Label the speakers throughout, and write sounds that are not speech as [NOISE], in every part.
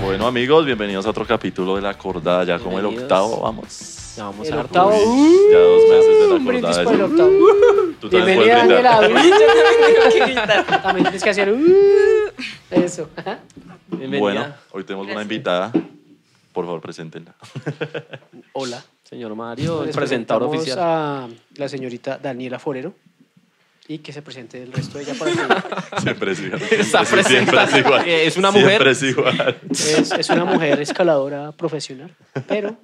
Speaker 1: Bueno, amigos, bienvenidos a otro capítulo de La Acordada, ya como el
Speaker 2: Bienvenidos.
Speaker 1: octavo, vamos.
Speaker 2: Ya vamos
Speaker 3: El
Speaker 2: a dar
Speaker 3: octavo.
Speaker 2: [LAUGHS] todo.
Speaker 1: Uy, ya dos meses de La
Speaker 3: Uh, Un brindis
Speaker 1: Acordada.
Speaker 3: por el
Speaker 1: ya-
Speaker 3: octavo.
Speaker 1: Tú también puedes
Speaker 3: Bienvenida,
Speaker 1: brindar.
Speaker 3: Daniela.
Speaker 2: Tengo que gritar.
Speaker 3: También tienes que hacer. uh, Eso.
Speaker 2: Bienvenida.
Speaker 1: Bueno, hoy tenemos una
Speaker 4: Gracias.
Speaker 1: invitada. Por favor,
Speaker 2: [LAUGHS]
Speaker 1: preséntenla.
Speaker 2: Hola, señor Mario, el
Speaker 3: Les
Speaker 2: presentador
Speaker 3: presentamos
Speaker 2: oficial.
Speaker 3: a la señorita Daniela Forero y que se presente el resto de ella para que.
Speaker 1: Siempre es igual.
Speaker 2: Esa
Speaker 1: Siempre, es- siempre es
Speaker 2: presentación.
Speaker 1: igual.
Speaker 2: Eh, es una
Speaker 1: Siempre
Speaker 2: mujer.
Speaker 1: es igual.
Speaker 3: Es, es una mujer escaladora profesional, pero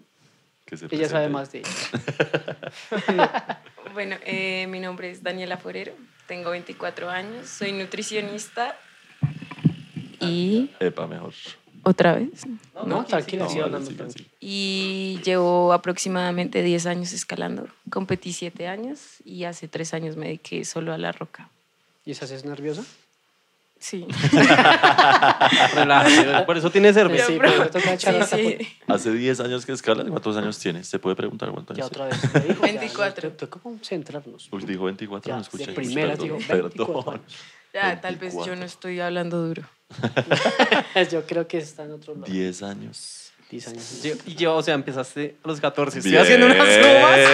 Speaker 1: Que se
Speaker 3: ella
Speaker 1: presente.
Speaker 3: sabe más de ella.
Speaker 4: Bueno, eh, mi nombre es Daniela Forero, tengo 24 años, soy nutricionista. Y
Speaker 1: Epa, mejor.
Speaker 4: otra vez.
Speaker 3: No, tranquila,
Speaker 1: No,
Speaker 3: sigue
Speaker 1: vale,
Speaker 3: hablando.
Speaker 1: sigan,
Speaker 3: tranquila.
Speaker 1: sigan.
Speaker 4: Y llevo aproximadamente 10 años escalando. Competí 7 años y hace 3 años me dediqué solo a la roca.
Speaker 3: ¿Y esa es nerviosa?
Speaker 4: [LAUGHS] Sí.
Speaker 2: [LAUGHS] Relájate, Por eso tiene cerveza.
Speaker 3: sí,
Speaker 4: Yo,
Speaker 3: pero
Speaker 4: bro,
Speaker 3: me toca echar hasta por-
Speaker 1: Hace 10 años que escalas. ¿Cuántos años tienes? ¿Se puede preguntar cuántos
Speaker 3: Ya
Speaker 1: años
Speaker 3: otra vez. me dijo, ya,
Speaker 4: 24.
Speaker 3: te- Toca concentrarnos.
Speaker 1: Uy, dijo 24,
Speaker 3: Ya,
Speaker 1: no
Speaker 3: de
Speaker 1: escuché.
Speaker 3: primeras digo
Speaker 1: Perdón,
Speaker 3: 24
Speaker 1: perdón. [LAUGHS]
Speaker 3: años.
Speaker 4: Ya, tal vez yo
Speaker 1: 24.
Speaker 4: no estoy hablando duro.
Speaker 3: [LAUGHS] Yo creo que está en otro lado.
Speaker 1: 10 años.
Speaker 3: 10 años. [LAUGHS]
Speaker 2: Yo- Y yo, o sea, empezaste a los 14. Estoy
Speaker 1: Bien.
Speaker 2: haciendo unas uvas.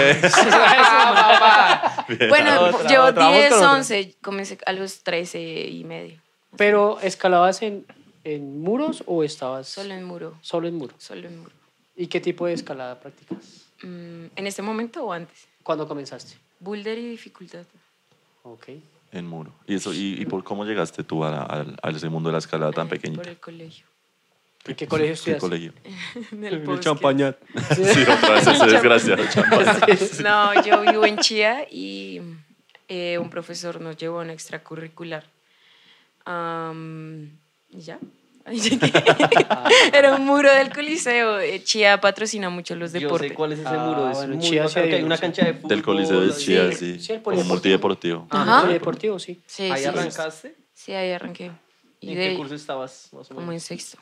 Speaker 1: Bien.
Speaker 4: Bueno,
Speaker 2: Otra,
Speaker 4: llevo
Speaker 2: otra, vamos
Speaker 4: 10,
Speaker 2: con otra.
Speaker 4: 11, comencé a los 13 y medio,
Speaker 3: Pero, ¿escalabas en, en muros o estabas
Speaker 4: solo en muro,
Speaker 3: solo en muros?
Speaker 4: solo en muro.
Speaker 3: ¿Y qué tipo de escalada practicas?
Speaker 4: Mm, ¿En este momento o antes?
Speaker 3: ¿Cuándo comenzaste?
Speaker 4: Boulder y dificultad.
Speaker 2: [LAUGHS]
Speaker 3: Ok.
Speaker 1: En muro. ¿Y, eso, y, y por cómo llegaste tú a, la- al- a ese mundo de la escalada tan
Speaker 4: Eh,
Speaker 1: pequeñita?
Speaker 4: Por el colegio.
Speaker 3: ¿En qué colegio
Speaker 1: ¿Qué
Speaker 3: estudiaste?
Speaker 1: colegio?
Speaker 4: [LAUGHS] En el
Speaker 2: El
Speaker 4: bosque.
Speaker 2: champañat.
Speaker 1: Sí, otra vez ese
Speaker 4: El
Speaker 1: desgraciado. champán.
Speaker 4: [LAUGHS] No, yo vivo en Chía y eh, un profesor nos llevó a un extracurricular. Am, y ya. [LAUGHS]
Speaker 2: [LAUGHS]
Speaker 4: Ahí llegué. Era un muro del coliseo. Eh, Chía patrocina mucho los
Speaker 2: Yo
Speaker 4: deportes.
Speaker 2: sé cuál es ese
Speaker 3: Ah,
Speaker 2: muro. Es
Speaker 3: bueno,
Speaker 2: muy
Speaker 3: Chía
Speaker 2: bacano
Speaker 3: sí hay
Speaker 2: que hay
Speaker 3: uno,
Speaker 2: una
Speaker 3: sí.
Speaker 2: cancha de fútbol.
Speaker 1: Del coliseo de
Speaker 2: ahí.
Speaker 1: Chía,
Speaker 3: Sí,
Speaker 1: sí.
Speaker 3: sí, el
Speaker 1: Como multideportivo.
Speaker 2: Ajá.
Speaker 4: Ajá.
Speaker 3: Polideportivo, sí.
Speaker 4: Sí,
Speaker 2: Ahí
Speaker 4: sí, sí,
Speaker 2: arrancaste.
Speaker 4: sí, ahí arranqué. Y
Speaker 2: ¿Y en
Speaker 4: de-
Speaker 2: qué curso estabas? Más o
Speaker 4: como en
Speaker 2: menos.
Speaker 4: sexto,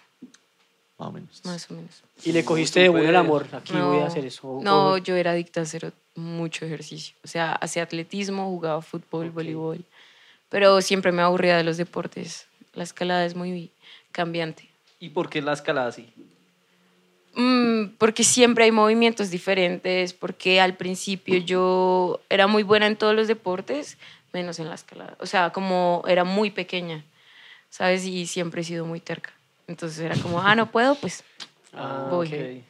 Speaker 1: Más o menos. [LAUGHS]
Speaker 4: más o menos.
Speaker 3: Y le cogiste de una el
Speaker 2: Súper.
Speaker 3: amor. Aquí voy a hacer eso.
Speaker 4: No,
Speaker 3: O-
Speaker 4: yo era adicta a hacer mucho ejercicio. O sea, hacía atletismo, jugaba fútbol,
Speaker 3: Ok.
Speaker 4: voleibol. Pero siempre me aburría de los deportes. La escalada es muy cambiante.
Speaker 2: ¿Y por qué la escalada así?
Speaker 4: Mm, porque siempre hay movimientos diferentes, porque al principio yo era muy buena en todos los deportes, menos en la escalada. O sea, como era muy pequeña, ¿sabes? Y siempre he sido muy terca. Entonces era como, ah, no puedo, pues
Speaker 3: Ah,
Speaker 4: voy.
Speaker 3: ok.
Speaker 2: Ok.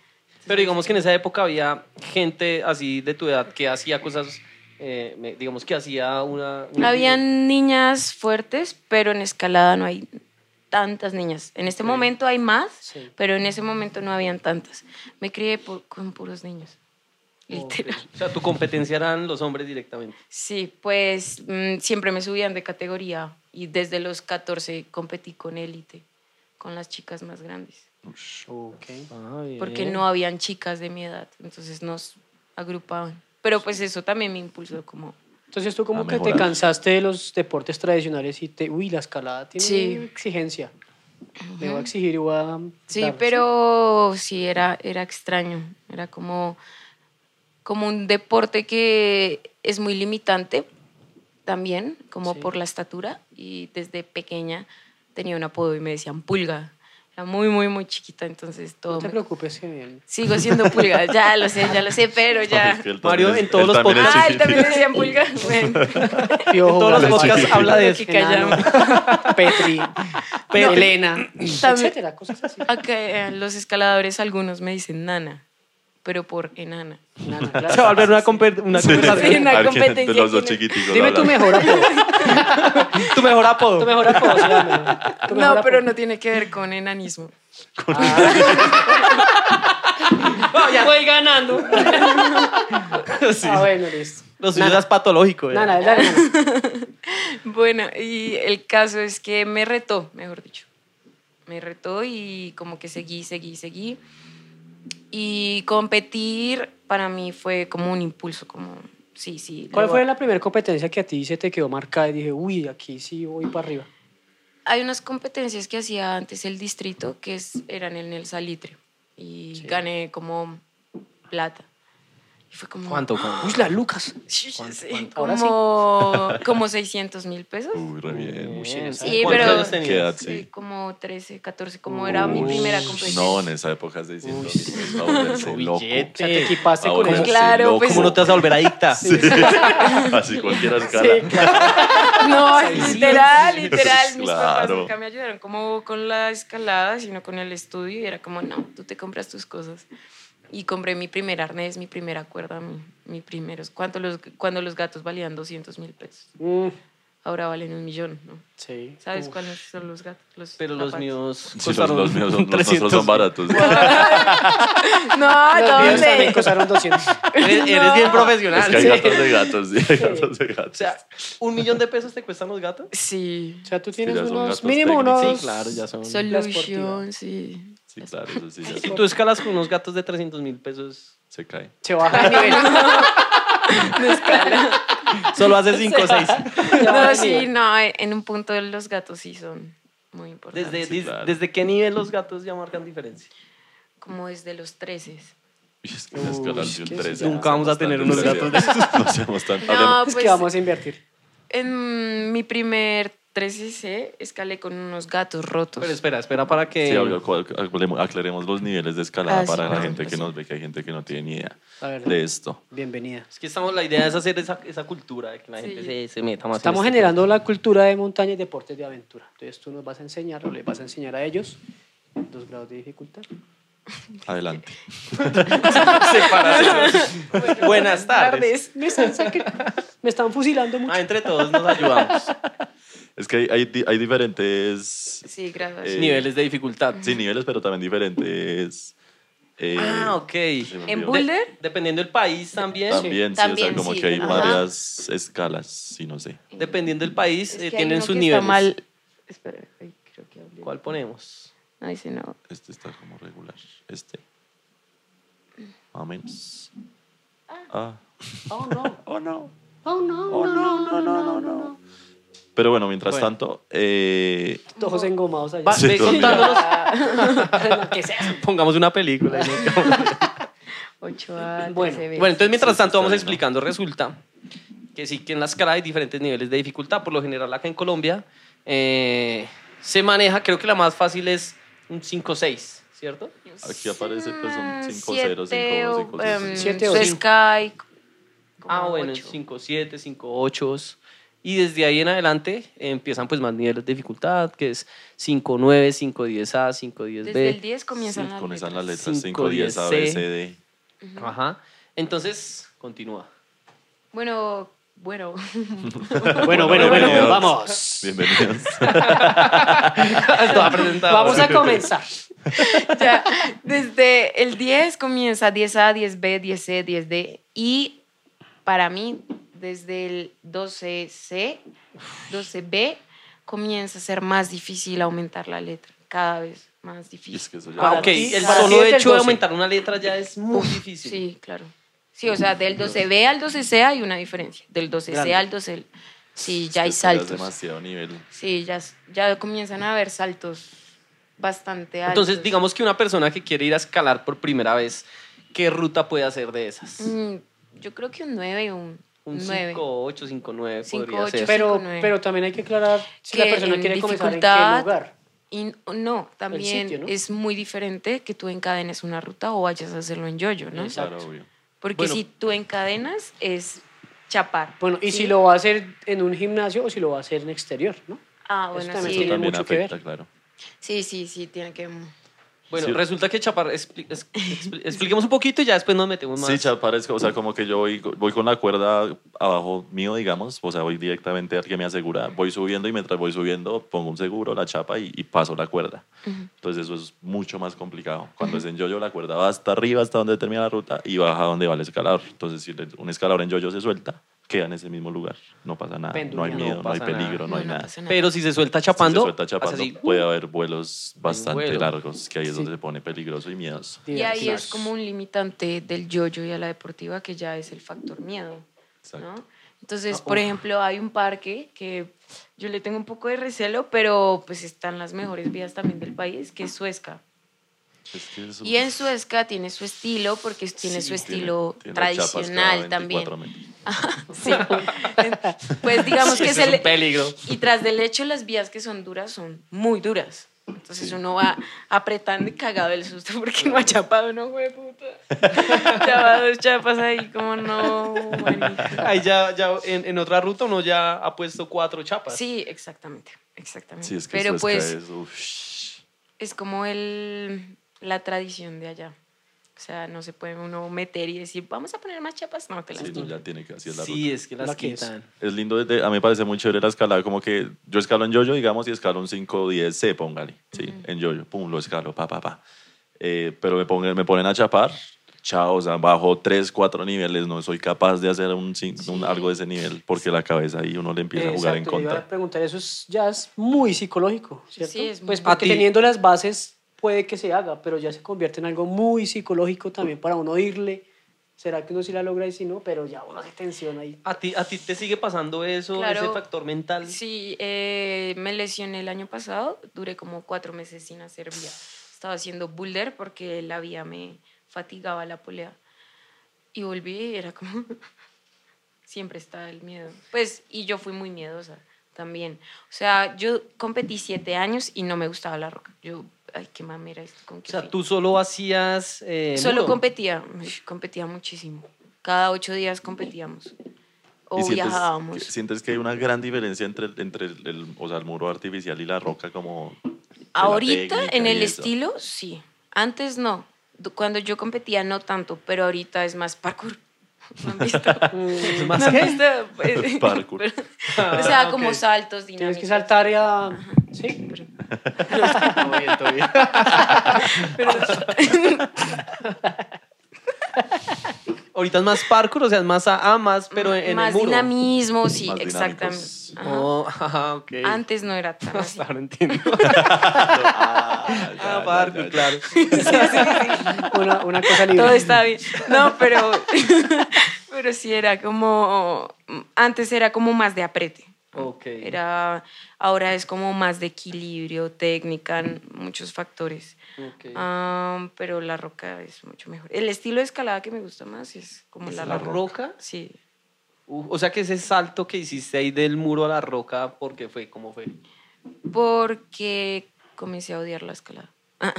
Speaker 2: Pero digamos que en esa época había gente así de tu edad que hacía cosas, eh, me- digamos que hacía una... una-
Speaker 4: Habían niñas fuertes, pero en escalada no hay tantas niñas. En este
Speaker 2: Ok.
Speaker 4: momento hay más,
Speaker 3: Sí.
Speaker 4: pero en ese momento no habían tantas. Me crié por- con puros niños. Literal.
Speaker 2: Ok. O sea, tu competencia eran los hombres directamente.
Speaker 4: Sí, pues mm, siempre me subían de categoría y desde los 14 competí con élite, con las chicas más grandes,
Speaker 1: Ush.
Speaker 3: Ok.
Speaker 2: Ah,
Speaker 4: porque no habían chicas de mi edad, entonces nos agrupaban. Pero pues eso también me impulsó como...
Speaker 3: Entonces tú
Speaker 1: A
Speaker 3: como que te
Speaker 1: mejorar.
Speaker 3: cansaste de los deportes tradicionales y te... Uy, la escalada tiene
Speaker 4: Sí.
Speaker 3: exigencia. Me voy a exigir y voy a...
Speaker 4: Sí,
Speaker 3: dar,
Speaker 4: pero sí, era, era extraño. Era como, como un deporte que es muy limitante también, como
Speaker 3: Sí.
Speaker 4: por la estatura. Y desde pequeña tenía un apodo y me decían pulga. Era muy, muy, muy chiquita, entonces todo.
Speaker 3: No te
Speaker 4: me-
Speaker 2: [LAUGHS]
Speaker 3: preocupes que...
Speaker 4: Sigo siendo pulga, ya lo sé, ya lo sé, pero ya.
Speaker 1: Es que él también
Speaker 2: Mario,
Speaker 1: es-
Speaker 2: en todos
Speaker 1: él
Speaker 2: los
Speaker 1: también es
Speaker 2: podcasts-
Speaker 4: Ah, él también le
Speaker 1: chiquitito.
Speaker 4: decían pulga. Bueno,
Speaker 3: Piojo,
Speaker 2: todos los
Speaker 3: Gabriel,
Speaker 2: podcasts
Speaker 3: Chiquito,
Speaker 2: habla de
Speaker 4: que
Speaker 2: eso.
Speaker 4: callamos.
Speaker 3: Enano, Petri,
Speaker 2: Pero-
Speaker 3: Elena,
Speaker 4: También-
Speaker 3: etcétera, cosas así.
Speaker 4: Acá, eh, los escaladores, algunos me dicen nana, pero por enana.
Speaker 3: [LAUGHS] Enana, claro.
Speaker 2: Se va a volver una, comper- una
Speaker 1: Sí.
Speaker 2: conversación.
Speaker 4: Sí, una
Speaker 1: A ver quién
Speaker 4: competencia
Speaker 1: De los dos
Speaker 4: tiene.
Speaker 1: chiquiticos.
Speaker 3: Dime tu
Speaker 1: hablan.
Speaker 3: mejor apodo.
Speaker 2: Tu mejor apodo.
Speaker 3: Tu mejor apodo, sí, dame. Tu mejor
Speaker 4: No, pero
Speaker 3: apodo.
Speaker 4: no tiene que ver con enanismo.
Speaker 3: [LAUGHS]
Speaker 2: Ah, ya. Voy ganando. sí.
Speaker 3: Ah, bueno, listo.
Speaker 2: Lo suyo es patológico. ya.
Speaker 3: Nana, dale,
Speaker 4: [LAUGHS]
Speaker 3: nana.
Speaker 4: Bueno, y el caso es que me retó, mejor dicho. Me retó y como que seguí, seguí, seguí. Y competir para mí fue como un impulso, como, sí, sí.
Speaker 3: ¿Cuál
Speaker 4: lo-
Speaker 3: fue la primera competencia que a ti se te quedó marcada y dije, uy, aquí sí voy para arriba?
Speaker 4: Hay unas competencias que hacía antes el distrito que es- eran en el salitre y gané como plata. Y fue como...
Speaker 2: ¿Cuánto? cuánto?
Speaker 3: Uy, la Lucas.
Speaker 4: Sí, sí,
Speaker 3: ¿Cuánto,
Speaker 4: sí, [LAUGHS]
Speaker 3: cuánto? Ahora sí.
Speaker 4: Como, como 600 mil pesos.
Speaker 1: Uy, re bien.
Speaker 2: Uy, en esa
Speaker 4: Sí,
Speaker 2: época.
Speaker 4: pero-
Speaker 2: ¿Cuántos años tenías?
Speaker 1: ¿Qué edad?
Speaker 4: Sí,
Speaker 1: Mm, ah, Sí.
Speaker 4: como 13, 14, como era mi
Speaker 1: Uy,
Speaker 4: primera competencia. [LAUGHS]
Speaker 1: No, en esa época es de
Speaker 3: Uy,
Speaker 1: 600
Speaker 3: sí.
Speaker 1: mil. Va a volverse
Speaker 2: Uy,
Speaker 1: loco.
Speaker 2: jet.
Speaker 3: O sea, te equipaste
Speaker 1: Va a
Speaker 3: con
Speaker 1: volverse
Speaker 3: eso.
Speaker 4: Claro,
Speaker 1: loco.
Speaker 4: pues-
Speaker 2: ¿Cómo no te vas a volver adicta?
Speaker 1: Ah, [LAUGHS] Sí. [LAUGHS] Así cualquiera escala.
Speaker 4: No, literal, literal. Mis papás
Speaker 1: Claro.
Speaker 4: nunca me ayudaron como con la escalada, sino con el estudio. Y era como, no, tú te compras tus cosas. Y compré mi primer arnés, mi primera cuerda, mi, mi primeros. ¿Cuánto los, cuando los gatos valían 200 mil pesos.
Speaker 3: Mm,
Speaker 4: Ahora valen un millón, ¿no?
Speaker 3: sí.
Speaker 4: ¿Sabes
Speaker 3: Uf.
Speaker 4: cuáles son los gatos? Los
Speaker 2: Pero los
Speaker 4: zapatos.
Speaker 2: míos
Speaker 1: Sí, los,
Speaker 2: costaron
Speaker 1: los míos son, los nuestros
Speaker 2: 300.
Speaker 1: son baratos.
Speaker 4: [LAUGHS] No,
Speaker 3: Los míos también
Speaker 4: ¿dónde?
Speaker 3: costaron 200.
Speaker 2: Eres, eres bien profesional.
Speaker 1: Es que hay
Speaker 2: sí.
Speaker 1: gatos de gatos, sí, hay gatos de
Speaker 2: O
Speaker 1: gatos.
Speaker 2: sea, ¿un millón de pesos te cuestan los gatos?
Speaker 4: Sí.
Speaker 3: [LAUGHS] O sea, tú tienes
Speaker 1: ya son
Speaker 3: unos,
Speaker 1: gastos
Speaker 3: mínimo
Speaker 1: técnicos.
Speaker 3: unos...
Speaker 1: Sí, claro, ya
Speaker 2: son.
Speaker 4: Solution, sí.
Speaker 1: Sí, claro, eso sí, ya
Speaker 2: Si
Speaker 1: se-
Speaker 2: tú escalas con unos gatos de 300 mil pesos,
Speaker 1: se cae.
Speaker 3: [LAUGHS] Se baja de
Speaker 4: [LAUGHS]
Speaker 3: nivel.
Speaker 1: [LAUGHS]
Speaker 2: solo haces 5 o 6.
Speaker 3: Se baja
Speaker 4: No,
Speaker 3: de
Speaker 4: sí,
Speaker 3: nivel.
Speaker 4: no, en un punto los gatos sí son muy
Speaker 2: [LAUGHS]
Speaker 4: importantes.
Speaker 2: ¿Desde,
Speaker 1: Sí,
Speaker 2: des-
Speaker 1: claro.
Speaker 2: ¿Desde qué nivel los gatos ya marcan diferencia?
Speaker 4: Como desde los 13.
Speaker 1: Y es que la escala
Speaker 3: Uy,
Speaker 1: de un
Speaker 3: qué
Speaker 1: 13.
Speaker 3: Nunca
Speaker 2: vamos a tener unos
Speaker 1: [LAUGHS] No seamos tan.
Speaker 4: No,
Speaker 1: hablemos-
Speaker 3: Es
Speaker 4: pues
Speaker 3: que vamos a invertir.
Speaker 4: en mi primer 13C escalé con unos gatos rotos.
Speaker 2: Pero espera, espera para que...
Speaker 1: Sí, hablo- hablemos- aclaremos los niveles de escalada
Speaker 4: Ah, sí,
Speaker 1: para la
Speaker 4: por
Speaker 1: gente que
Speaker 4: supuesto.
Speaker 1: nos ve, que hay gente que no tiene ni idea
Speaker 3: A ver,
Speaker 1: de esto.
Speaker 3: bienvenida.
Speaker 2: Es que estamos, la idea es hacer esa, esa cultura de que la
Speaker 4: Sí.
Speaker 2: gente se, se meta más. en
Speaker 3: Estamos
Speaker 2: este
Speaker 3: generando la cultura de montaña y deportes de aventura. Entonces tú nos vas a enseñar, o les vas a enseñar a ellos los grados de dificultad.
Speaker 1: Adelante. [LAUGHS]
Speaker 2: tema. [LAUGHS] Buenas tardes.
Speaker 3: Me están, saque- me están fusilando mucho.
Speaker 2: Ah, entre todos
Speaker 1: [LAUGHS]
Speaker 2: nos ayudamos.
Speaker 1: Es que hay, hay, di- hay diferentes
Speaker 4: Sí, gracias.
Speaker 1: Eh,
Speaker 2: Niveles de dificultad.
Speaker 1: sí, niveles, pero también diferentes. eh,
Speaker 2: Ah, ok.
Speaker 1: se me
Speaker 4: ¿En
Speaker 1: olvidó.
Speaker 4: Boulder?
Speaker 2: De- dependiendo del país también.
Speaker 1: También, sí, o
Speaker 4: También,
Speaker 1: sea, como
Speaker 4: sí,
Speaker 1: que hay
Speaker 4: ajá.
Speaker 1: varias escalas, sí, no sé.
Speaker 2: Dependiendo del país,
Speaker 4: Es
Speaker 2: eh,
Speaker 4: que hay
Speaker 2: tienen
Speaker 4: uno
Speaker 2: sus
Speaker 4: que
Speaker 2: niveles.
Speaker 4: Está mal. Espera, ay, creo que hablé.
Speaker 2: ¿Cuál ponemos?
Speaker 4: No,
Speaker 2: [LAUGHS]
Speaker 4: ese no.
Speaker 1: Este está como regular. Este. Más o menos. Ah.
Speaker 3: Oh, no.
Speaker 1: [LAUGHS] Oh, no.
Speaker 3: Oh, no.
Speaker 1: Oh, no, no, no, no, no. Pero bueno, mientras
Speaker 2: Bueno.
Speaker 1: tanto, eh,
Speaker 3: Todos engomados allá.
Speaker 2: Va,
Speaker 1: Sí,
Speaker 2: ve
Speaker 1: todo bien.
Speaker 2: contándonos.
Speaker 3: ¿Qué es eso?
Speaker 2: Pongamos una
Speaker 1: [LAUGHS]
Speaker 2: película. y nos quedamos.
Speaker 4: 8A,
Speaker 3: Bueno,
Speaker 4: 13B.
Speaker 2: Bueno, entonces mientras
Speaker 1: Sí,
Speaker 2: tanto
Speaker 1: está bien,
Speaker 2: vamos explicando, resulta que sí que en la escala hay diferentes niveles de dificultad. Por lo general acá en Colombia eh, se maneja, creo que la más fácil es un 5-6, ¿cierto?
Speaker 1: Aquí aparece, pues, un
Speaker 4: Mm,
Speaker 1: cinco, cero,
Speaker 4: siete
Speaker 1: cinco,
Speaker 4: o,
Speaker 1: cinco, seis,
Speaker 4: em,
Speaker 3: siete o
Speaker 4: su
Speaker 3: cinco.
Speaker 4: Sky. como
Speaker 2: ah, bueno,
Speaker 4: ocho.
Speaker 2: 5-7, 5-8. Y desde ahí en adelante empiezan pues más niveles de dificultad, que es 5-9, 5-10A, 5-10B.
Speaker 4: Desde el 10 comienzan
Speaker 1: sí,
Speaker 4: las
Speaker 1: comienzan
Speaker 4: letras.
Speaker 1: las letras
Speaker 2: 5,
Speaker 1: 5, 10, A, B,
Speaker 2: C.
Speaker 1: C, D.
Speaker 2: Ajá. Entonces,
Speaker 3: [LAUGHS]
Speaker 2: continúa. [LAUGHS]
Speaker 4: Bueno, bueno.
Speaker 3: Bueno, bueno, bueno,
Speaker 1: Bienvenidos.
Speaker 3: vamos.
Speaker 1: Bienvenidos.
Speaker 3: [LAUGHS]
Speaker 2: Toda presentada.
Speaker 3: Vamos a comenzar.
Speaker 4: [LAUGHS] sea, desde el 10 comienza 10A, 10B, 10C, 10D. Y para mí, desde el 12C, 12B, comienza a ser más difícil aumentar la letra. Cada vez más
Speaker 1: Y es
Speaker 4: difícil.
Speaker 1: que eso ya-
Speaker 2: Ah,
Speaker 3: Para
Speaker 2: ok,
Speaker 3: ti-
Speaker 2: el
Speaker 3: para ti
Speaker 2: solo
Speaker 3: es el
Speaker 2: hecho de
Speaker 3: 12.
Speaker 2: aumentar una letra ya es muy difícil.
Speaker 4: Sí, claro. Sí, o sea, del 12B al 12C hay una diferencia. Del 12C
Speaker 3: Grande.
Speaker 4: al 12L. Sí, ya hay
Speaker 1: Esto ya es
Speaker 4: saltos.
Speaker 1: demasiado nivel.
Speaker 4: Sí, ya, ya comienzan a haber saltos bastante altos.
Speaker 2: Entonces, digamos que una persona que quiere ir a escalar por primera vez, ¿qué ruta puede hacer de esas?
Speaker 4: Mm, yo creo que un 9 un,
Speaker 2: Un
Speaker 4: 9.
Speaker 2: 5-8, 5-9
Speaker 4: Cinco,
Speaker 2: podría
Speaker 4: ocho.
Speaker 2: ser.
Speaker 3: Pero,
Speaker 4: Cinco, nueve.
Speaker 3: pero también hay que aclarar si
Speaker 4: Que
Speaker 3: la persona
Speaker 4: en
Speaker 3: quiere comenzar en qué
Speaker 4: dificultad-
Speaker 3: lugar.
Speaker 4: Y n- no, también
Speaker 3: sitio, ¿no?
Speaker 4: es muy diferente que tú encadenes una ruta o vayas a hacerlo en yoyo, ¿no?
Speaker 3: Exacto.
Speaker 1: Claro, obvio.
Speaker 4: Porque
Speaker 2: Bueno.
Speaker 4: si tú encadenas es chapar.
Speaker 3: Bueno, y
Speaker 4: ¿sí?
Speaker 3: si lo va a hacer en un gimnasio o si lo va a hacer en exterior, ¿no?
Speaker 4: Ah,
Speaker 3: Eso
Speaker 4: bueno,
Speaker 3: también
Speaker 1: Eso
Speaker 4: sí.
Speaker 3: tiene
Speaker 1: también
Speaker 3: mucho que
Speaker 1: afecta,
Speaker 3: ver.
Speaker 1: claro.
Speaker 4: Sí, sí, sí, tiene que...
Speaker 2: Bueno,
Speaker 1: Sí.
Speaker 2: resulta que Chapar, expli- es-
Speaker 4: [LAUGHS]
Speaker 2: expli- expliquemos un poquito y ya después nos metemos más.
Speaker 1: Sí, chapar es, o sea, como que yo voy, voy con la cuerda abajo mío, digamos, o sea, voy directamente al que me asegura, voy subiendo y mientras voy subiendo pongo un seguro, la chapa y, y paso la cuerda. Entonces eso es mucho más complicado. Cuando es en yoyo, la cuerda va hasta arriba, hasta donde termina la ruta y baja donde va el escalador. Entonces si le- un escalador en yoyo se suelta, queda en ese mismo lugar, no pasa nada, no hay
Speaker 3: Penduleando.
Speaker 1: miedo,
Speaker 2: No
Speaker 1: no, hay
Speaker 2: pasa nada.
Speaker 1: peligro, no, hay nada.
Speaker 4: pasa
Speaker 2: Pero si se suelta
Speaker 1: Si
Speaker 2: chapando,
Speaker 1: se suelta chapando,
Speaker 2: hace así,
Speaker 1: puede haber vuelos bastante
Speaker 2: vuelo.
Speaker 1: largos, que ahí es
Speaker 3: Sí.
Speaker 1: donde se pone peligroso y miedoso.
Speaker 4: Y ahí
Speaker 3: Divertido.
Speaker 4: es como un limitante del yoyo y a la deportiva que ya es el factor miedo,
Speaker 1: Exacto.
Speaker 4: ¿no? Entonces,
Speaker 3: Ah,
Speaker 4: por ejemplo, hay un parque que yo le tengo un poco de recelo, pero pues están las mejores vías también del país, que es Suezca.
Speaker 1: Es que eso-
Speaker 4: Y en Suezca tiene su estilo porque tiene
Speaker 1: sí,
Speaker 4: su estilo
Speaker 1: tiene chapas cada
Speaker 4: tradicional también.
Speaker 1: 24 metros.
Speaker 4: Sí. Pues digamos que
Speaker 2: Ese
Speaker 4: se
Speaker 2: es
Speaker 4: le-
Speaker 1: [LAUGHS]
Speaker 2: un peligro.
Speaker 4: Y tras del hecho, las vías que son duras son muy duras. Entonces
Speaker 1: Sí.
Speaker 4: uno va apretando y cagado del susto [LAUGHS] porque no ha chapado, no, güey, puta. [LAUGHS] Chapa dos chapas ahí, como no, marica.
Speaker 2: Ahí ya, ya en, en otra ruta uno ya ha puesto cuatro chapas.
Speaker 4: Sí, exactamente, exactamente.
Speaker 1: Sí, es que
Speaker 4: Pero
Speaker 1: Suezca
Speaker 4: pues
Speaker 1: es, uf,
Speaker 4: es como el, la tradición de allá. O sea, no se puede uno meter y decir, vamos a poner más chapas. No, te las
Speaker 1: sí, no,
Speaker 4: quitan.
Speaker 1: ya tiene que así es la
Speaker 2: Sí,
Speaker 1: ruta.
Speaker 2: es que las
Speaker 3: La que es.
Speaker 2: quitan.
Speaker 1: Es lindo, desde- a mí me parece muy chévere la escalada, como que yo escalo en yoyo, digamos, y escalo un 5 10 C, póngale, sí, en yoyo, pum, lo escalo, pa, pa, pa. Eh, pero me ponen, me ponen a chapar, chao, o sea, bajo 3, 4 niveles, no soy capaz de hacer un, cin- un-
Speaker 4: Sí.
Speaker 1: algo de ese nivel, porque la cabeza ahí uno le empieza a jugar en
Speaker 3: Exacto, yo iba a
Speaker 1: contra.
Speaker 3: preguntar, eso es, ya es muy psicológico, ¿cierto?
Speaker 4: Sí, es
Speaker 3: pues
Speaker 4: muy-
Speaker 3: porque
Speaker 2: A ti-
Speaker 3: teniendo las bases puede que se haga, pero ya se convierte en algo muy psicológico también para uno irle. ¿Será que uno sí la logra y si no? Pero ya uno se tensiona ahí.
Speaker 2: ¿A ti, ¿A ti te sigue pasando eso,
Speaker 4: Claro.
Speaker 2: ese factor mental?
Speaker 4: Sí, eh, me lesioné el año pasado, duré como cuatro meses sin hacer vía. Estaba haciendo boulder porque la vía me fatigaba la polea. Y volví y era como, [LAUGHS] siempre está el miedo. Pues, y yo fui muy miedosa también. O sea, yo competí siete años y no me gustaba la roca. Yo, ay, qué mamera esto. ¿con
Speaker 2: O
Speaker 4: qué
Speaker 2: sea,
Speaker 4: fin?
Speaker 2: tú solo hacías... eh,
Speaker 4: Solo
Speaker 2: muro. [LAUGHS]
Speaker 4: competía, uy, competía muchísimo. Cada ocho días competíamos. O
Speaker 1: Y sientes,
Speaker 4: viajábamos.
Speaker 1: que, sientes que hay una gran diferencia entre, el- entre el, el- o sea, el muro artificial y la roca como... de la
Speaker 4: Ahorita
Speaker 1: técnica
Speaker 4: en
Speaker 1: y
Speaker 4: el
Speaker 1: eso.
Speaker 4: estilo, sí. Antes no. Du- Cuando yo competía no tanto, pero ahorita es más parkour. [LAUGHS] ¿No han visto?
Speaker 3: Mm,
Speaker 4: ¿No han visto? Pues,
Speaker 1: [LAUGHS] Parkour.
Speaker 4: pero-
Speaker 2: [LAUGHS] Ah,
Speaker 4: [LAUGHS] o sea,
Speaker 2: ok.
Speaker 4: [LAUGHS] como saltos
Speaker 3: Tienes
Speaker 4: dinámicos.
Speaker 3: que saltar y a... Sí, [LAUGHS]
Speaker 4: Pero,
Speaker 2: Todo bien, todo bien. Ahorita es más parkour, o sea, es más a, a más, [LAUGHS] pero en
Speaker 4: más
Speaker 2: el muro.
Speaker 4: dinamismo, sí,
Speaker 1: Más
Speaker 4: exactamente.
Speaker 1: dinámicos.
Speaker 4: Ajá.
Speaker 2: Oh, [LAUGHS] ajá, ok.
Speaker 4: Antes no era tan
Speaker 2: [LAUGHS]
Speaker 4: así.
Speaker 2: Ahora entiendo.
Speaker 1: Ah, ya, ya,
Speaker 2: Ah,
Speaker 1: ya, ya.
Speaker 2: parkour, claro.
Speaker 3: una, una cosa libre.
Speaker 4: Todo está bien. No, pero, [LAUGHS] pero sí era como, antes era como más de aprete.
Speaker 2: Ok.
Speaker 4: Era, ahora es como más de equilibrio, técnica, n- muchos factores.
Speaker 2: Ok.
Speaker 4: Ah, pero la roca es mucho mejor. El estilo de escalada que me gusta más es como
Speaker 2: ¿Es
Speaker 4: la,
Speaker 2: la
Speaker 4: roca.
Speaker 2: roca?
Speaker 4: Sí.
Speaker 2: Uh, o sea que ese salto que hiciste ahí del muro a la roca, ¿por qué fue? ¿Cómo fue?
Speaker 4: Porque comencé a odiar la escalada. [LAUGHS]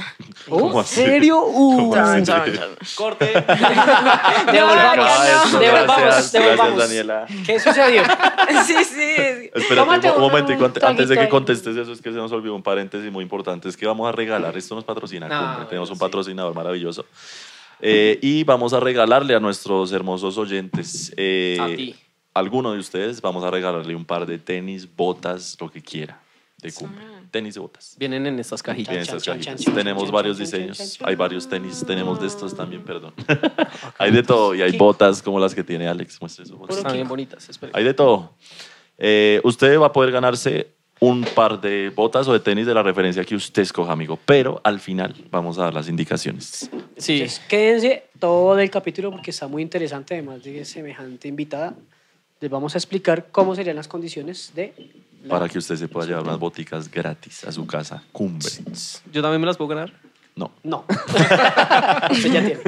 Speaker 1: ¿Cómo
Speaker 3: ¿Oh?
Speaker 1: así?
Speaker 3: ¿Serio? Uh,
Speaker 1: ¿Cómo así?
Speaker 2: [LAUGHS] Corte.
Speaker 3: Devolvamos,
Speaker 1: ah, Gracias,
Speaker 4: no.
Speaker 3: devolvamos,
Speaker 1: gracias,
Speaker 3: devolvamos.
Speaker 1: gracias, Daniela.
Speaker 3: ¿Qué sucedió?
Speaker 4: sí, sí.
Speaker 1: Espérate
Speaker 3: Tómate
Speaker 1: un
Speaker 3: un-
Speaker 1: momentico,
Speaker 3: un
Speaker 1: ante- antes de que
Speaker 3: traguito ahí.
Speaker 1: contestes eso, es que se nos olvidó un paréntesis muy importante, es que vamos a regalar, esto nos patrocina,
Speaker 2: Ah,
Speaker 1: Cumbre,
Speaker 2: bueno,
Speaker 1: tenemos un
Speaker 2: sí.
Speaker 1: patrocinador maravilloso. Eh, y vamos a regalarle a nuestros hermosos oyentes, eh,
Speaker 2: A ti.
Speaker 1: alguno de ustedes, vamos a regalarle un par de tenis, botas, lo que quiera de cumbre. Tenis y botas.
Speaker 2: Vienen en estas cajitas.
Speaker 1: Tienen
Speaker 3: chan,
Speaker 1: esas
Speaker 3: chan,
Speaker 1: cajitas.
Speaker 3: chan, chan,
Speaker 1: Tenemos
Speaker 3: chan,
Speaker 1: varios
Speaker 3: chan, chan,
Speaker 1: diseños,
Speaker 3: chan, chan.
Speaker 1: hay varios tenis, tenemos de estos también,
Speaker 3: [LAUGHS]
Speaker 1: perdón. hay de todo y hay botas como las que tiene Alex. Muestre su bota.
Speaker 2: Están bien bonitas. espera.
Speaker 1: Hay de todo. Eh, usted va a poder ganarse un par de botas o de tenis de la referencia que usted escoja, amigo. Pero al final vamos a dar las indicaciones.
Speaker 2: Sí.
Speaker 3: Entonces, quédense todo el capítulo porque está muy interesante, además de semejante invitada. Les vamos a explicar cómo serían las condiciones de... la-
Speaker 1: Para que usted se pueda llevar unas boticas gratis a su casa. Cumbre.
Speaker 2: Yo también me las puedo ganar.
Speaker 1: No.
Speaker 3: No. Usted ya tiene.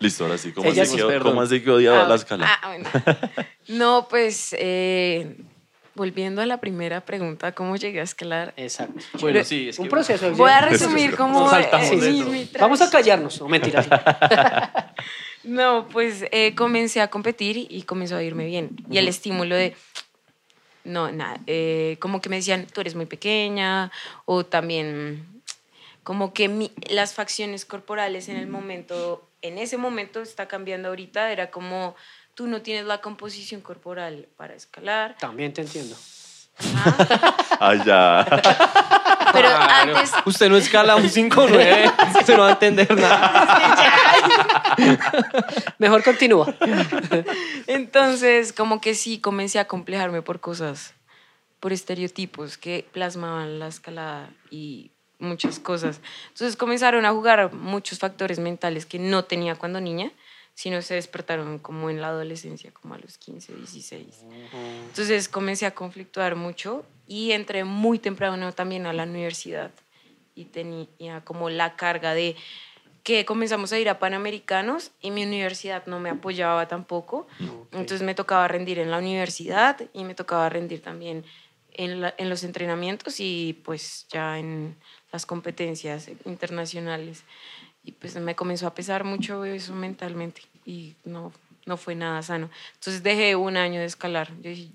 Speaker 1: Listo, ahora sí. ¿Cómo,
Speaker 3: Ella
Speaker 1: así,
Speaker 2: sí,
Speaker 1: que,
Speaker 2: perdón.
Speaker 1: cómo así que odiaba la escala?
Speaker 4: Ah, bueno. No, pues eh, volviendo a la primera pregunta, ¿cómo llegué a escalar?
Speaker 3: Exacto.
Speaker 2: Bueno, sí, es que
Speaker 3: Un proceso.
Speaker 4: Voy a
Speaker 3: ya.
Speaker 4: resumir cómo
Speaker 2: Nos saltamos
Speaker 4: mi-
Speaker 2: dentro.
Speaker 4: mi
Speaker 3: Vamos a
Speaker 4: travesía.
Speaker 3: callarnos. No, mentira. sí.
Speaker 4: No, pues eh, comencé a competir y comenzó a irme bien. Y el estímulo de, no, nada, eh, como que me decían, tú eres muy pequeña, o también como que mi- las facciones corporales en el momento, en ese momento está cambiando ahorita, era como, tú no tienes la composición corporal
Speaker 2: [LAUGHS]
Speaker 4: para escalar.
Speaker 3: También te entiendo.
Speaker 4: Ah,
Speaker 1: Ay, ya.
Speaker 4: Pero
Speaker 2: Claro.
Speaker 4: antes,
Speaker 2: Usted no escala un
Speaker 4: [LAUGHS]
Speaker 2: 5-9, se no va a entender nada.
Speaker 3: Mejor continúa.
Speaker 4: Entonces, como que sí, comencé a complejarme por cosas, por estereotipos que plasmaban la escalada y muchas cosas. Entonces comenzaron a jugar muchos factores mentales que no tenía cuando niña, sino se despertaron como en la adolescencia, como a los 15, 16. Entonces comencé a conflictuar mucho y entré muy temprano también a la universidad y tenía como la carga de que comenzamos a ir a Panamericanos y mi universidad no me apoyaba tampoco. Entonces me tocaba rendir en la universidad y me tocaba rendir también en, la- en los entrenamientos y pues ya en las competencias internacionales. Y pues me comenzó a pesar mucho eso mentalmente y no, no fue nada sano. Entonces dejé un año de escalar. Yo dije,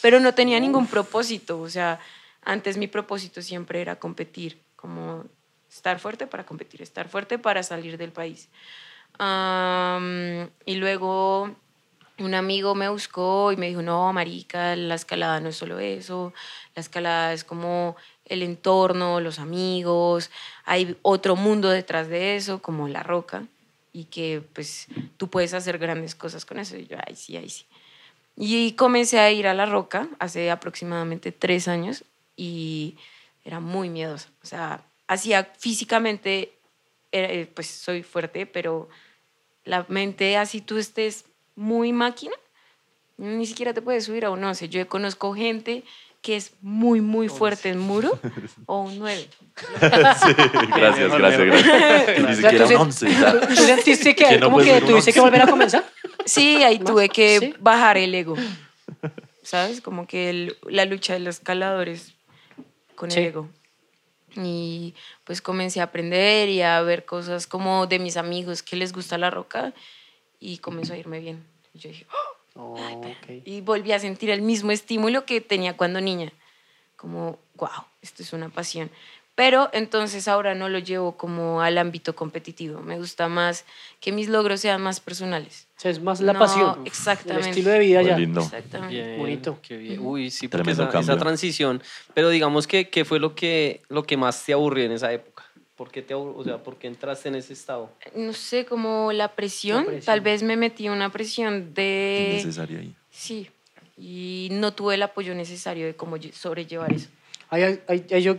Speaker 4: pero no tenía ningún propósito. O sea, antes mi propósito siempre era competir, como estar fuerte para competir, estar fuerte para salir del país. Am, y luego un amigo me buscó y me dijo, no, marica, la escalada no es solo eso, la escalada es como el entorno, los amigos, hay otro mundo detrás de eso, como la roca, y que pues tú puedes hacer grandes cosas con eso. Y yo, ay, sí, ay, sí. Y comencé a ir a La Roca hace aproximadamente tres años y era muy miedosa. O sea, hacía físicamente, era, eh, pues soy fuerte, pero la mente, así tú estés muy máquina, ni siquiera te puedes subir a un 11. Yo conozco gente que es muy, muy fuerte en muro o
Speaker 3: [LAUGHS]
Speaker 4: un 9.
Speaker 1: [LAUGHS] Gracias,
Speaker 2: mejor,
Speaker 1: gracias,
Speaker 2: mejor.
Speaker 1: gracias. Ni
Speaker 3: O sea,
Speaker 1: siquiera
Speaker 3: tú
Speaker 1: un
Speaker 3: se-
Speaker 1: once. ya.
Speaker 3: ¿Tú sentiste que,
Speaker 1: Que no
Speaker 3: como
Speaker 1: puedes
Speaker 3: que
Speaker 1: vivir un
Speaker 3: tuviste que
Speaker 1: once.
Speaker 3: volver a comenzar?
Speaker 4: Sí, ahí
Speaker 3: ¿Más?
Speaker 4: tuve que
Speaker 3: Sí.
Speaker 4: bajar el
Speaker 3: [LAUGHS]
Speaker 4: ego. ¿Sabes? Como que el- la lucha de los escaladores con
Speaker 3: Sí.
Speaker 4: el ego. Y pues comencé a aprender y a ver cosas como de mis amigos que les gusta la roca y comenzó a irme bien. Y yo dije, "Oh". Y volví a sentir el mismo estímulo que tenía cuando niña. Como, wow, esto es una pasión. Pero entonces ahora no lo llevo como al ámbito competitivo. Me gusta más que mis logros sean más personales.
Speaker 3: O sea, es más la
Speaker 4: No,
Speaker 3: pasión.
Speaker 4: exactamente.
Speaker 3: El estilo de vida
Speaker 1: Muy
Speaker 3: ya.
Speaker 1: lindo.
Speaker 4: Exactamente.
Speaker 2: Bien,
Speaker 3: Bonito.
Speaker 2: qué bien. Uy, sí, porque
Speaker 1: Tremendo
Speaker 2: esa,
Speaker 1: cambio.
Speaker 2: esa transición. Pero digamos que, ¿qué fue lo que, lo que más te aburrió en esa época? ¿Por qué, te, abur- o sea, ¿Por qué entraste en ese estado?
Speaker 4: no sé, como la presión,
Speaker 3: La presión.
Speaker 4: tal vez me metí una presión de...
Speaker 1: Innecesario ahí.
Speaker 4: Sí, y no tuve el apoyo necesario de cómo lle- sobrellevar eso.
Speaker 3: Ahí- ahí- ahí yo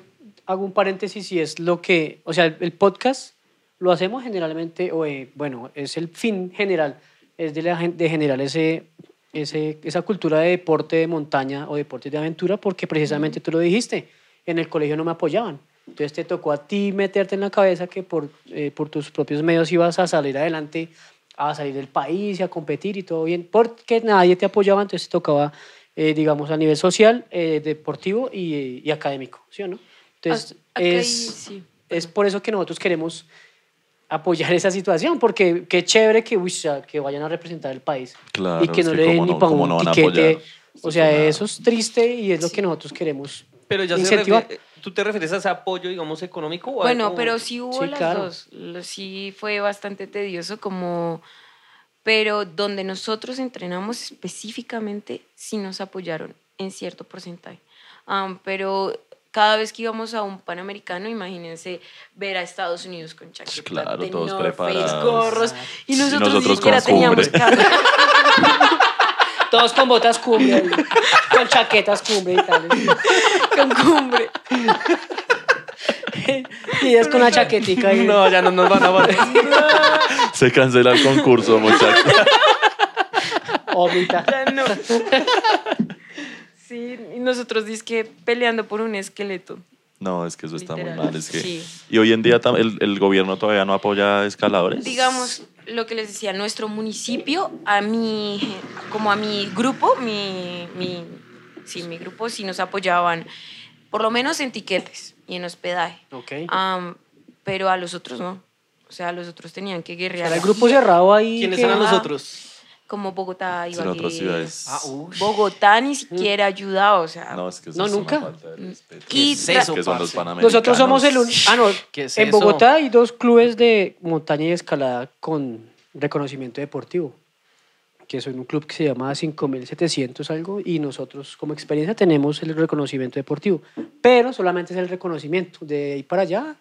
Speaker 3: hago un paréntesis y es lo que, o sea, el, el podcast lo hacemos generalmente, o eh, bueno, es el fin general, es de, la, gen- de generar ese, ese, esa cultura de deporte de montaña o deporte de aventura, porque precisamente tú lo dijiste, en el colegio no me apoyaban. Entonces te tocó a ti meterte en la cabeza que por, eh, por tus propios medios ibas a salir adelante, a salir del país y a competir y todo bien, porque nadie te apoyaba, entonces te tocaba, eh, digamos, a nivel social, eh, deportivo y, eh, y académico, ¿sí o no? Entonces,
Speaker 4: Ah, ok,
Speaker 3: es,
Speaker 4: sí.
Speaker 3: es por eso que nosotros queremos apoyar [LAUGHS] esa situación, porque qué chévere que, uy, o sea, que vayan a representar el país
Speaker 1: Claro,
Speaker 3: y que
Speaker 1: es
Speaker 3: no
Speaker 1: que
Speaker 3: le den
Speaker 1: cómo
Speaker 3: ni
Speaker 1: no-
Speaker 3: para
Speaker 1: cómo
Speaker 3: un
Speaker 1: no van a
Speaker 3: tiquete.
Speaker 1: apoyar.
Speaker 3: O
Speaker 1: Eso
Speaker 3: sea,
Speaker 1: es una-
Speaker 3: eso es triste y es lo que nosotros queremos.
Speaker 2: Pero ya se
Speaker 3: Incentivar.
Speaker 2: refiere- ¿Tú te refieres a ese apoyo, digamos, económico? o
Speaker 4: Bueno,
Speaker 2: algo?
Speaker 4: pero sí hubo
Speaker 3: Sí,
Speaker 4: las
Speaker 3: claro.
Speaker 4: dos. Lo- Sí fue bastante tedioso, como... Pero donde nosotros entrenamos específicamente, sí nos apoyaron en cierto porcentaje. Am, pero cada vez que íbamos a un Panamericano, imagínense ver a Estados Unidos con chaqueta,
Speaker 1: Pues Claro,
Speaker 4: de
Speaker 1: todos
Speaker 4: North Face,
Speaker 1: preparados.
Speaker 4: gorros, y
Speaker 1: Y
Speaker 4: nosotros, ni
Speaker 1: nosotros
Speaker 4: siquiera
Speaker 1: con
Speaker 4: teníamos
Speaker 1: cumbre. [LAUGHS]
Speaker 4: casa.
Speaker 3: Todos con botas
Speaker 2: [LAUGHS]
Speaker 3: cumbre, con chaquetas cumbre y tal.
Speaker 4: con cumbre.
Speaker 3: [LAUGHS] Y es con una chaquetica. [LAUGHS] y-
Speaker 2: No, ya no nos van a apoyar.
Speaker 1: Se cancela el concurso, muchachos.
Speaker 3: Omita.
Speaker 4: Ya no. [LAUGHS] Sí, y nosotros dizque peleando por un esqueleto.
Speaker 1: No, es que eso está muy
Speaker 4: Literal.
Speaker 1: mal. Es que...
Speaker 4: Sí.
Speaker 1: Y hoy en día tam- el, el gobierno todavía no apoya escaladores.
Speaker 4: Digamos, lo que les decía, nuestro municipio, a mi, como a mi grupo, mi, mi, sí, mi grupo sí nos apoyaban, por lo menos en tiquetes y en hospedaje.
Speaker 3: Ok.
Speaker 4: Am, pero a los otros no. O sea, los otros tenían que guerrear.
Speaker 3: Era el grupo cerrado ahí.
Speaker 2: ¿Quiénes
Speaker 3: que-
Speaker 2: eran los
Speaker 4: Ah.
Speaker 2: otros?
Speaker 4: Como Bogotá,
Speaker 1: en otras
Speaker 4: Ibagué.
Speaker 1: ciudades.
Speaker 2: Ah, uy.
Speaker 4: Bogotá ni siquiera ayudaba, o sea.
Speaker 1: No, es que eso
Speaker 3: No,
Speaker 1: es una
Speaker 3: nunca.
Speaker 1: falta de respeto.
Speaker 4: Y
Speaker 1: Es
Speaker 4: tra-
Speaker 1: que son los
Speaker 2: parce.
Speaker 1: panamericanos.
Speaker 3: Nosotros somos el único. Ah, no.
Speaker 2: ¿Qué es
Speaker 3: en
Speaker 2: eso?
Speaker 3: Bogotá hay dos clubes de montaña y escalada con reconocimiento deportivo. Que son un club que se llama 5700 algo. Y nosotros, como experiencia, tenemos el reconocimiento deportivo. Pero solamente es el reconocimiento. De ahí para allá,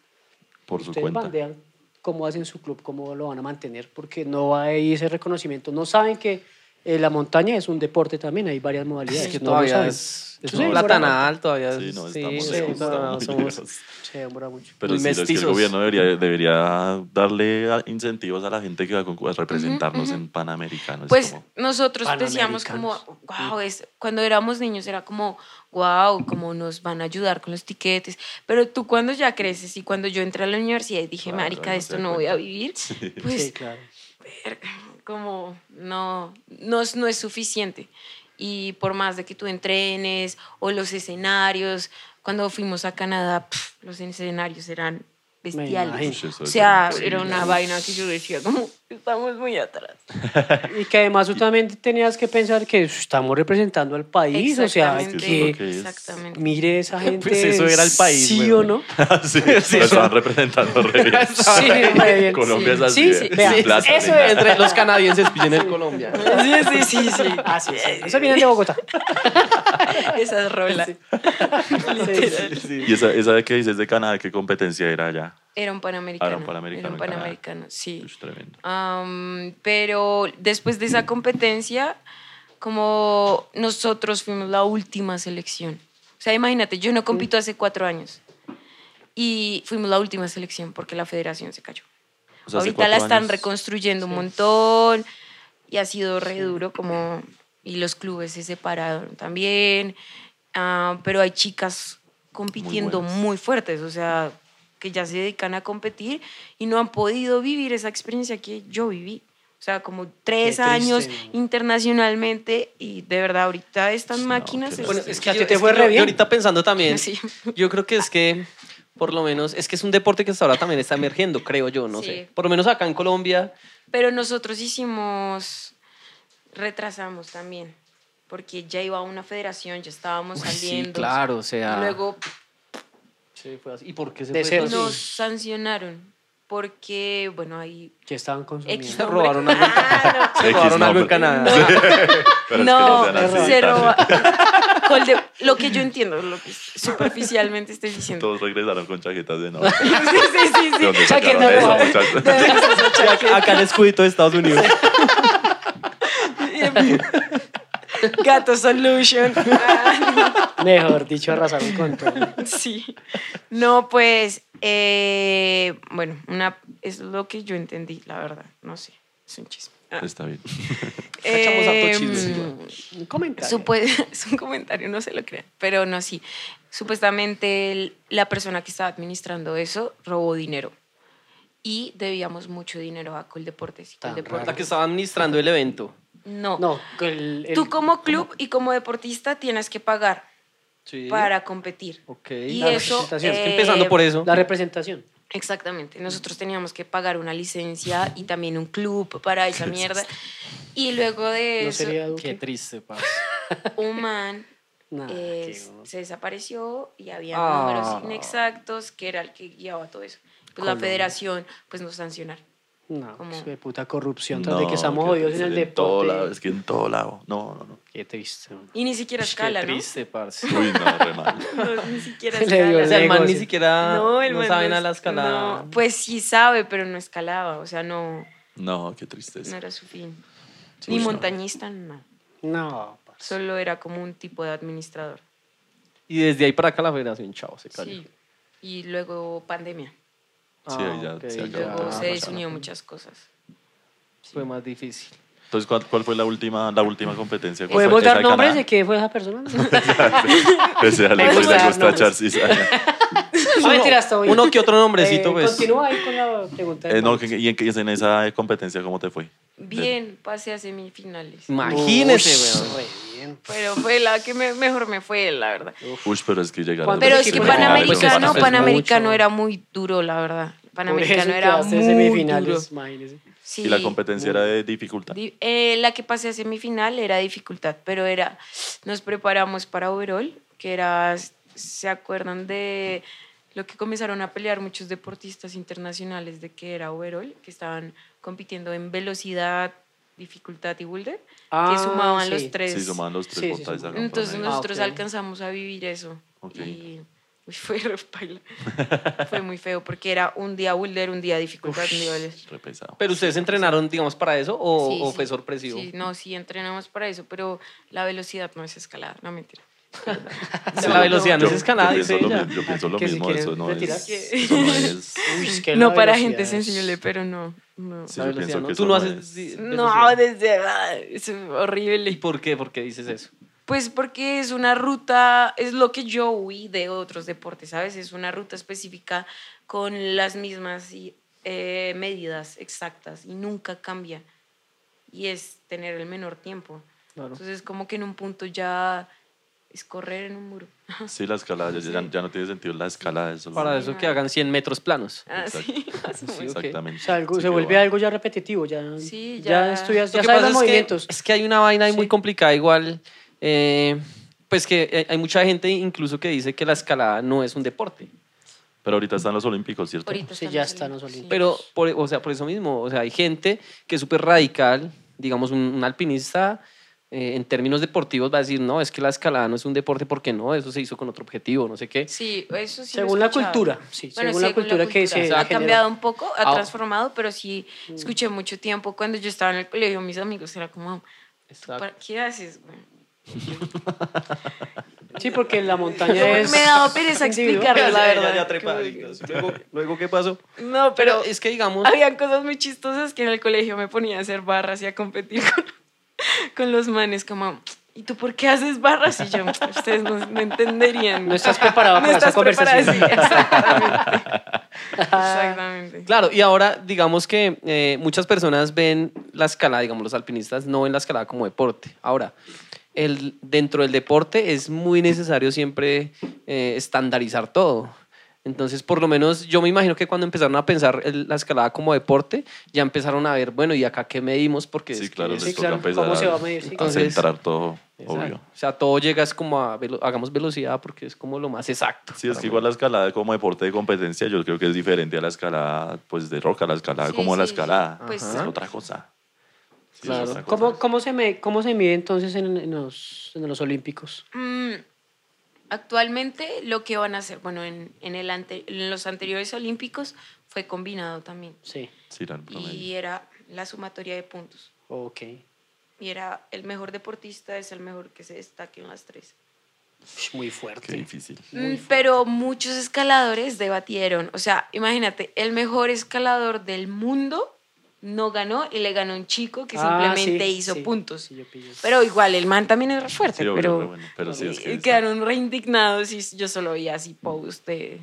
Speaker 1: Por su
Speaker 3: ustedes
Speaker 1: cuenta.
Speaker 3: bandean cómo hacen su club, cómo lo van a mantener. Porque no hay ese reconocimiento. No saben que Eh, la montaña es un deporte también, hay varias modalidades.
Speaker 2: Es que
Speaker 3: no lo
Speaker 2: todavía
Speaker 3: saben.
Speaker 2: es, es
Speaker 3: Sí,
Speaker 2: un
Speaker 3: por
Speaker 2: platanal, todavía es-
Speaker 1: Sí, no,
Speaker 2: sí,
Speaker 1: estamos
Speaker 2: sí,
Speaker 1: lejos,
Speaker 2: no,
Speaker 1: estamos
Speaker 2: no,
Speaker 1: muy
Speaker 2: somos-
Speaker 1: lejos.
Speaker 3: Se demora mucho.
Speaker 1: Pero
Speaker 2: Muy
Speaker 1: sí, no, es que el
Speaker 2: mestizos.
Speaker 1: gobierno debería, debería darle a- incentivos a la gente que va con- a representarnos en Panamericanos.
Speaker 4: Pues
Speaker 1: como,
Speaker 4: nosotros decíamos como, wow, es, cuando éramos niños era como, wow, como nos van a ayudar con los tiquetes. Pero tú cuando ya creces y cuando yo entré a la universidad y dije,
Speaker 1: Claro,
Speaker 4: marica,
Speaker 1: no
Speaker 4: de
Speaker 1: se
Speaker 4: esto
Speaker 1: da
Speaker 4: no voy a
Speaker 1: cuenta". [LAUGHS]
Speaker 4: vivir,
Speaker 3: Sí,
Speaker 4: pues
Speaker 3: claro.
Speaker 4: como no, no, es- no es suficiente. Y por más de que tú entrenes o los escenarios, cuando fuimos a Canadá, pf, los escenarios eran
Speaker 3: imagino.
Speaker 4: bestiales.
Speaker 1: Ush, eso
Speaker 4: O
Speaker 1: es
Speaker 4: sea,
Speaker 1: increíble.
Speaker 4: ah,
Speaker 1: [LAUGHS]
Speaker 4: era una vaina que yo decía, como, estamos muy atrás.
Speaker 3: Y que además tú también tenías que pensar que "Ush, estamos representando al país, o sea, hay
Speaker 1: Es
Speaker 4: Exactamente,
Speaker 1: que eso
Speaker 3: que
Speaker 1: es lo que es.
Speaker 4: exactamente. [LAUGHS]
Speaker 3: mire esa gente.
Speaker 2: Pues eso era el país,
Speaker 3: Sí
Speaker 2: weón.
Speaker 3: o no.
Speaker 1: sí, lo estaban representando re bien.
Speaker 3: Sí,
Speaker 1: [LAUGHS]
Speaker 3: re bien.
Speaker 1: Colombia es así.
Speaker 3: Sí,
Speaker 1: eh,
Speaker 3: sí,
Speaker 1: sin
Speaker 3: vea,
Speaker 1: plata, [LAUGHS]
Speaker 3: eso
Speaker 1: sin
Speaker 3: es.
Speaker 1: nada.
Speaker 2: Entre los canadienses pillen el Colombia.
Speaker 4: Sí, sí, sí, sí.
Speaker 3: Así es. [LAUGHS] Eso viene de Bogotá.
Speaker 4: Esas
Speaker 3: [LAUGHS]
Speaker 4: rolas. Literal.
Speaker 1: Y esa, esa que dices de Canadá, ¿qué competencia era allá?
Speaker 4: Era un panamericano.
Speaker 1: Era un panamericano
Speaker 4: Era un
Speaker 1: en Canadá.
Speaker 4: panamericano, sí.
Speaker 1: Ush, tremendo.
Speaker 4: Am, pero después de esa competencia, como nosotros fuimos la última selección. O sea, imagínate, yo no compito hace cuatro años. Y fuimos la última selección porque la federación se cayó.
Speaker 1: O sea, hace
Speaker 4: Ahorita la
Speaker 1: cuatro
Speaker 4: están
Speaker 1: años-
Speaker 4: reconstruyendo un montón y ha sido re duro como... Y los clubes se separaron también, ah, pero hay chicas compitiendo muy,
Speaker 1: buenas.
Speaker 4: fuertes, o sea, que ya se dedican a competir y no han podido vivir esa experiencia que yo viví. O sea, como tres
Speaker 3: triste,
Speaker 4: años
Speaker 3: ¿no?
Speaker 4: internacionalmente y de verdad ahorita estas
Speaker 1: No,
Speaker 4: máquinas...
Speaker 1: qué
Speaker 4: Pues es-
Speaker 2: Bueno,
Speaker 1: Sí.
Speaker 2: es que
Speaker 3: A ti
Speaker 2: yo,
Speaker 3: te
Speaker 2: es
Speaker 3: fue
Speaker 2: que
Speaker 3: re
Speaker 2: yo- yo
Speaker 3: bien.
Speaker 2: ahorita pensando también,
Speaker 4: Sí.
Speaker 2: yo creo que es que, por lo menos, es que es un deporte que hasta ahora también está emergiendo, creo yo, no
Speaker 4: Sí.
Speaker 2: sé. Por lo menos acá en Colombia,
Speaker 4: Pero nosotros hicimos, retrasamos también, porque ya iba a una federación, ya estábamos
Speaker 2: Uy, sí,
Speaker 4: saliendo.
Speaker 2: claro, o sea.
Speaker 4: Y luego
Speaker 2: Sí, fue así. ¿Y por qué se
Speaker 3: De
Speaker 2: fue
Speaker 3: cero.
Speaker 2: así?
Speaker 4: nos sancionaron, porque, bueno, ahí...
Speaker 3: Que estaban consumiendo.
Speaker 4: X
Speaker 2: Se
Speaker 4: nombre-
Speaker 2: robaron algo.
Speaker 4: Ah, no.
Speaker 2: Se robaron algo en
Speaker 1: nombre.
Speaker 2: Canadá.
Speaker 1: Pero es que
Speaker 4: No,
Speaker 1: sean así,
Speaker 4: se
Speaker 1: tan-
Speaker 4: roba- Con de- lo que yo entiendo, lo que superficialmente estoy diciendo.
Speaker 1: Todos regresaron con chaquetas de nombre.
Speaker 4: [LAUGHS] Sí, sí, sí,
Speaker 1: ¿De
Speaker 4: sí.
Speaker 1: dónde
Speaker 3: Chaqueta
Speaker 1: sacaron eso,
Speaker 3: roja.
Speaker 1: muchachos?
Speaker 2: [LAUGHS] Acá el escudito de Estados Unidos.
Speaker 4: Gato Solution.
Speaker 3: [LAUGHS] Mejor dicho, arrasaron con todo.
Speaker 4: [LAUGHS] Sí. No, pues, eh, bueno, una, es lo que yo entendí, la verdad. No sé, es un chisme. Ah.
Speaker 1: [LAUGHS] Está bien.
Speaker 2: Echamos harto chisme
Speaker 4: Em,
Speaker 2: encima.
Speaker 3: Un comentario.
Speaker 4: supue- [LAUGHS] es un comentario, no se lo crean, pero no, sí. Supuestamente el- la persona que estaba administrando eso robó dinero y debíamos mucho dinero a Coldeportes. Y
Speaker 3: Tan
Speaker 4: Coldeportes-
Speaker 2: La que estaba administrando el evento.
Speaker 4: No.
Speaker 3: No, que el, el-
Speaker 4: Tú como club y como deportista tienes que pagar
Speaker 2: Sí.
Speaker 4: para competir.
Speaker 2: Ok.
Speaker 4: Y
Speaker 3: La
Speaker 4: eso... eh,
Speaker 3: representación, es que
Speaker 2: Empezando por eso.
Speaker 3: la representación.
Speaker 4: Exactamente, nosotros teníamos que pagar una licencia y también un club para esa mierda. Y luego de
Speaker 3: No
Speaker 4: eso,
Speaker 3: sería
Speaker 2: Qué
Speaker 3: Duque.
Speaker 2: triste, parce.
Speaker 4: un man
Speaker 3: [LAUGHS] Nah,
Speaker 4: eh,
Speaker 3: qué bueno.
Speaker 4: se desapareció y había
Speaker 2: Ah.
Speaker 4: números inexactos que era el que guiaba todo eso. Pues la
Speaker 2: Colombia.
Speaker 4: federación pues nos sancionaron.
Speaker 3: No,
Speaker 4: ¿Cómo?
Speaker 3: pues, de puta corrupción, tras de
Speaker 1: No,
Speaker 3: que estamos
Speaker 1: qué
Speaker 3: jodidos en
Speaker 1: triste,
Speaker 3: el
Speaker 1: todo
Speaker 3: deporte.
Speaker 1: lado, es que en todo lado. No, no, no.
Speaker 3: Qué triste. man.
Speaker 4: Y ni siquiera escala,
Speaker 2: Qué
Speaker 4: ¿no?
Speaker 2: triste, parce.
Speaker 1: Uy, no, re mal.
Speaker 4: [LAUGHS] No,
Speaker 2: [LAUGHS]
Speaker 4: Ni siquiera
Speaker 3: Le dio
Speaker 4: escala.
Speaker 2: O sea, el man ni
Speaker 3: Negocio.
Speaker 2: siquiera "Ah, no,
Speaker 4: el man
Speaker 2: sabe
Speaker 4: no
Speaker 2: nada de la
Speaker 4: es-
Speaker 2: escalada.
Speaker 4: no, pues sí sabe, pero no escalaba. O sea, no,
Speaker 1: No, qué
Speaker 4: no
Speaker 1: tristeza.
Speaker 4: era su fin.
Speaker 1: Sí,
Speaker 4: Ni
Speaker 1: no.
Speaker 4: montañista, nada.
Speaker 3: No, parce.
Speaker 4: Solo era como un tipo de administrador.
Speaker 2: Y desde ahí para acá la federación, chao, se cayó.
Speaker 4: Sí. Y luego pandemia.
Speaker 1: Sí, ahí ya
Speaker 2: ok,
Speaker 1: se
Speaker 4: Y
Speaker 1: acabó.
Speaker 2: ya.
Speaker 4: luego se
Speaker 1: Ah,
Speaker 4: desunió muchas cosas.
Speaker 2: Fue más difícil.
Speaker 1: Entonces, ¿cuál, cuál fue la última, la última competencia? ¿Cuál
Speaker 3: ¿Podemos
Speaker 1: fue? ¿Esa
Speaker 3: dar
Speaker 1: de Canadá? [LAUGHS]
Speaker 3: nombres de quién fue esa persona?
Speaker 1: Pues a Alex
Speaker 3: Podemos
Speaker 1: le
Speaker 3: dar
Speaker 1: gusta
Speaker 3: nombres.
Speaker 1: echar cizaña.
Speaker 3: No, mentira, hasta hoy.
Speaker 2: uno que otro nombrecito,
Speaker 3: [LAUGHS] Eh,
Speaker 2: pues.
Speaker 3: Continúa ahí con la pregunta.
Speaker 1: Eh, no, ¿Y en, qué- en esa competencia cómo te fue?
Speaker 4: Bien, pasé a semifinales.
Speaker 2: Imagínese, weón.
Speaker 3: weón.
Speaker 4: Pero fue la que me- mejor me fue, la verdad.
Speaker 1: Uy, pero pues es que llegaron.
Speaker 3: ¿Cuántos
Speaker 4: Pero
Speaker 3: Pero
Speaker 4: es que
Speaker 3: equipos de
Speaker 4: Panamericano,
Speaker 2: Panamericano es
Speaker 4: Panamericano
Speaker 2: mucho.
Speaker 4: era muy duro, la verdad. Panamericano era
Speaker 3: era
Speaker 4: muy duro.
Speaker 3: semifinales, imagínese.
Speaker 4: Sí.
Speaker 1: Y la competencia era de dificultad.
Speaker 4: Di- eh, la que pasé a semifinal era dificultad, pero era, nos preparamos para overall, que era, ¿se acuerdan de lo que comenzaron a pelear muchos deportistas internacionales de que era overall, que estaban compitiendo en velocidad, dificultad y boulder, que sumaban
Speaker 3: Ah, sí.
Speaker 4: los tres?
Speaker 1: Sí, sumaban los tres
Speaker 3: Sí, sí,
Speaker 1: puntos.
Speaker 3: sumaban.
Speaker 4: Entonces
Speaker 3: Ah,
Speaker 4: nosotros
Speaker 3: ok.
Speaker 4: alcanzamos a vivir eso.
Speaker 1: Ok.
Speaker 4: Y Uy, [LAUGHS] fue re paila. fue muy feo porque era un día boulder, un día dificultad, un día boulder.
Speaker 1: Re pesado.
Speaker 2: ¿Pero ustedes entrenaron, digamos, para eso o,
Speaker 4: Sí,
Speaker 2: o
Speaker 4: sí.
Speaker 2: fue sorpresivo?
Speaker 4: Sí, no, sí, entrenamos para eso, pero la velocidad no es escalada, no mentira.
Speaker 1: Sí,
Speaker 2: la velocidad no
Speaker 1: yo-
Speaker 2: es escalada,
Speaker 1: Yo
Speaker 2: dice
Speaker 1: pienso lo,
Speaker 2: ella.
Speaker 1: mi- yo pienso lo
Speaker 3: Que si
Speaker 1: mismo,
Speaker 3: quieren
Speaker 1: eso no
Speaker 3: retirar.
Speaker 1: es... Eso no es...
Speaker 3: Uy, es que
Speaker 4: no
Speaker 3: la
Speaker 4: para
Speaker 3: velocidad
Speaker 4: gente
Speaker 3: es-
Speaker 4: sensible, pero no. No,
Speaker 1: Sí,
Speaker 2: La
Speaker 1: yo
Speaker 2: velocidad,
Speaker 1: pienso
Speaker 2: ¿no?
Speaker 1: que
Speaker 2: Tú
Speaker 1: eso
Speaker 2: no
Speaker 1: no
Speaker 2: haces...
Speaker 1: es-
Speaker 2: di-
Speaker 4: no
Speaker 2: velocidad.
Speaker 4: desde ah, es horrible.
Speaker 2: ¿Y por qué? ¿Por qué dices eso?
Speaker 4: Pues porque es una ruta, es lo que yo huí de otros deportes, ¿sabes? Es una ruta específica con las mismas y, eh, medidas exactas y nunca cambia. Y es tener el menor tiempo.
Speaker 3: Claro.
Speaker 4: Entonces, como que en un punto ya es correr en un muro. [LAUGHS]
Speaker 1: Sí, la escalada, ya, ya- ya no tiene sentido la escalada. Eso
Speaker 2: Para
Speaker 1: lo-
Speaker 2: eso que hagan 100 metros planos.
Speaker 4: Así.
Speaker 3: [LAUGHS]
Speaker 2: Sí, ok.
Speaker 1: Exactamente.
Speaker 3: O sea, algo-
Speaker 1: Sí,
Speaker 3: se
Speaker 1: que
Speaker 3: vuelve
Speaker 1: va.
Speaker 3: algo ya repetitivo, ya,
Speaker 4: Sí,
Speaker 3: ya,
Speaker 4: ya.
Speaker 3: estudias,
Speaker 2: Lo
Speaker 3: ya
Speaker 2: que pasa
Speaker 3: sabes los
Speaker 2: es que-
Speaker 3: movimientos.
Speaker 2: es que hay una vaina ahí muy
Speaker 3: Sí.
Speaker 2: complicada, igual. eh, pues que eh, hay mucha gente incluso que dice que la escalada no es un deporte.
Speaker 1: Pero ahorita están los olímpicos, ¿cierto?
Speaker 4: Ahorita
Speaker 3: Sí,
Speaker 4: están
Speaker 3: ya
Speaker 4: los
Speaker 3: están los
Speaker 4: Olímpicos, sí.
Speaker 2: Pero, por, o sea, por eso mismo, o sea, hay gente que es súper radical, digamos, un, un alpinista eh, en términos deportivos va a decir, no, es que la escalada no es un deporte porque no, eso se hizo con otro objetivo, no sé qué.
Speaker 4: Sí, eso sí. lo he
Speaker 3: Según la
Speaker 4: escuchado.
Speaker 3: cultura, sí,
Speaker 4: Bueno,
Speaker 3: según la cultura que se
Speaker 2: O sea,
Speaker 4: ha
Speaker 3: genera.
Speaker 4: cambiado un poco, ha
Speaker 2: Ah.
Speaker 4: transformado, pero sí
Speaker 3: Mm.
Speaker 4: escuché mucho tiempo cuando yo estaba en el colegio, mis amigos era como, "¿Para- ¿qué haces? güey?".
Speaker 3: Sí, porque la
Speaker 4: Como
Speaker 3: montaña
Speaker 4: que
Speaker 3: es...
Speaker 4: [LAUGHS] me daba
Speaker 3: [LAUGHS]
Speaker 4: pereza explicarlo, [LAUGHS] la verdad.
Speaker 2: Luego, luego, ¿qué pasó?
Speaker 4: No, pero
Speaker 2: Pero es que,
Speaker 4: [LAUGHS]
Speaker 2: digamos,
Speaker 4: habían cosas muy chistosas que en el colegio me ponía a hacer barras y a competir [LAUGHS] con, con los manes, como, ¿y tú por qué haces barras? Y yo, "Pues ustedes no, no entenderían.
Speaker 3: No estás preparado
Speaker 4: [LAUGHS] No
Speaker 3: para esa
Speaker 4: estás preparada,
Speaker 3: conversación.
Speaker 4: sí, [LAUGHS] exactamente.
Speaker 3: [LAUGHS]
Speaker 4: Exactamente.
Speaker 2: Claro, y ahora digamos que eh, muchas personas ven la escalada, digamos los alpinistas no ven la escalada como deporte. Ahora, el, dentro del deporte es muy necesario siempre eh, estandarizar todo. Entonces, por lo menos yo me imagino que cuando empezaron a pensar el- la escalada como deporte, ya empezaron a ver, bueno, ¿y acá qué medimos? Porque es
Speaker 1: Sí,
Speaker 2: que-
Speaker 1: claro, les
Speaker 3: Sí,
Speaker 1: toca
Speaker 3: claro,
Speaker 1: empezar
Speaker 3: ¿cómo se va a medir? Sí, claro.
Speaker 1: centrar todo,
Speaker 2: Exacto.
Speaker 1: obvio.
Speaker 2: O sea, todo llega es como a, velo- hagamos velocidad porque es como lo más exacto.
Speaker 1: Sí, es
Speaker 2: para
Speaker 1: que
Speaker 2: mí.
Speaker 1: igual la escalada como deporte de competencia yo creo que es diferente a la escalada pues de roca, la escalada
Speaker 4: Sí,
Speaker 1: como la
Speaker 4: sí,
Speaker 1: escalada.
Speaker 4: sí. Pues
Speaker 1: es
Speaker 2: sí.
Speaker 1: otra cosa. Sí, es
Speaker 2: Claro.
Speaker 1: otra cosa.
Speaker 3: ¿Cómo, cómo, se me, ¿Cómo se mide entonces en, en los, en los Olímpicos?
Speaker 4: Mm, actualmente lo que van a hacer, bueno, en, en el ante- en los anteriores olímpicos fue combinado también.
Speaker 3: Sí,
Speaker 1: Sí, la- promedio.
Speaker 4: Y eh, era la sumatoria de puntos.
Speaker 3: ok.
Speaker 4: Y era el mejor deportista es el mejor que se destaque en las tres.
Speaker 3: Ush, Muy fuerte.
Speaker 1: Qué difícil.
Speaker 4: Mm, Pero muchos escaladores debatieron. O sea, imagínate, el mejor escalador del mundo no ganó y le ganó un chico que
Speaker 3: Ah,
Speaker 4: simplemente
Speaker 3: sí,
Speaker 4: hizo
Speaker 3: sí,
Speaker 4: puntos.
Speaker 3: sí, yo pillo.
Speaker 4: Pero igual, el man también era fuerte.
Speaker 1: Sí, obvio,
Speaker 4: pero,
Speaker 1: re bueno, pero sí, es que
Speaker 4: y
Speaker 1: es-
Speaker 4: quedaron re indignados y yo solo vi así post de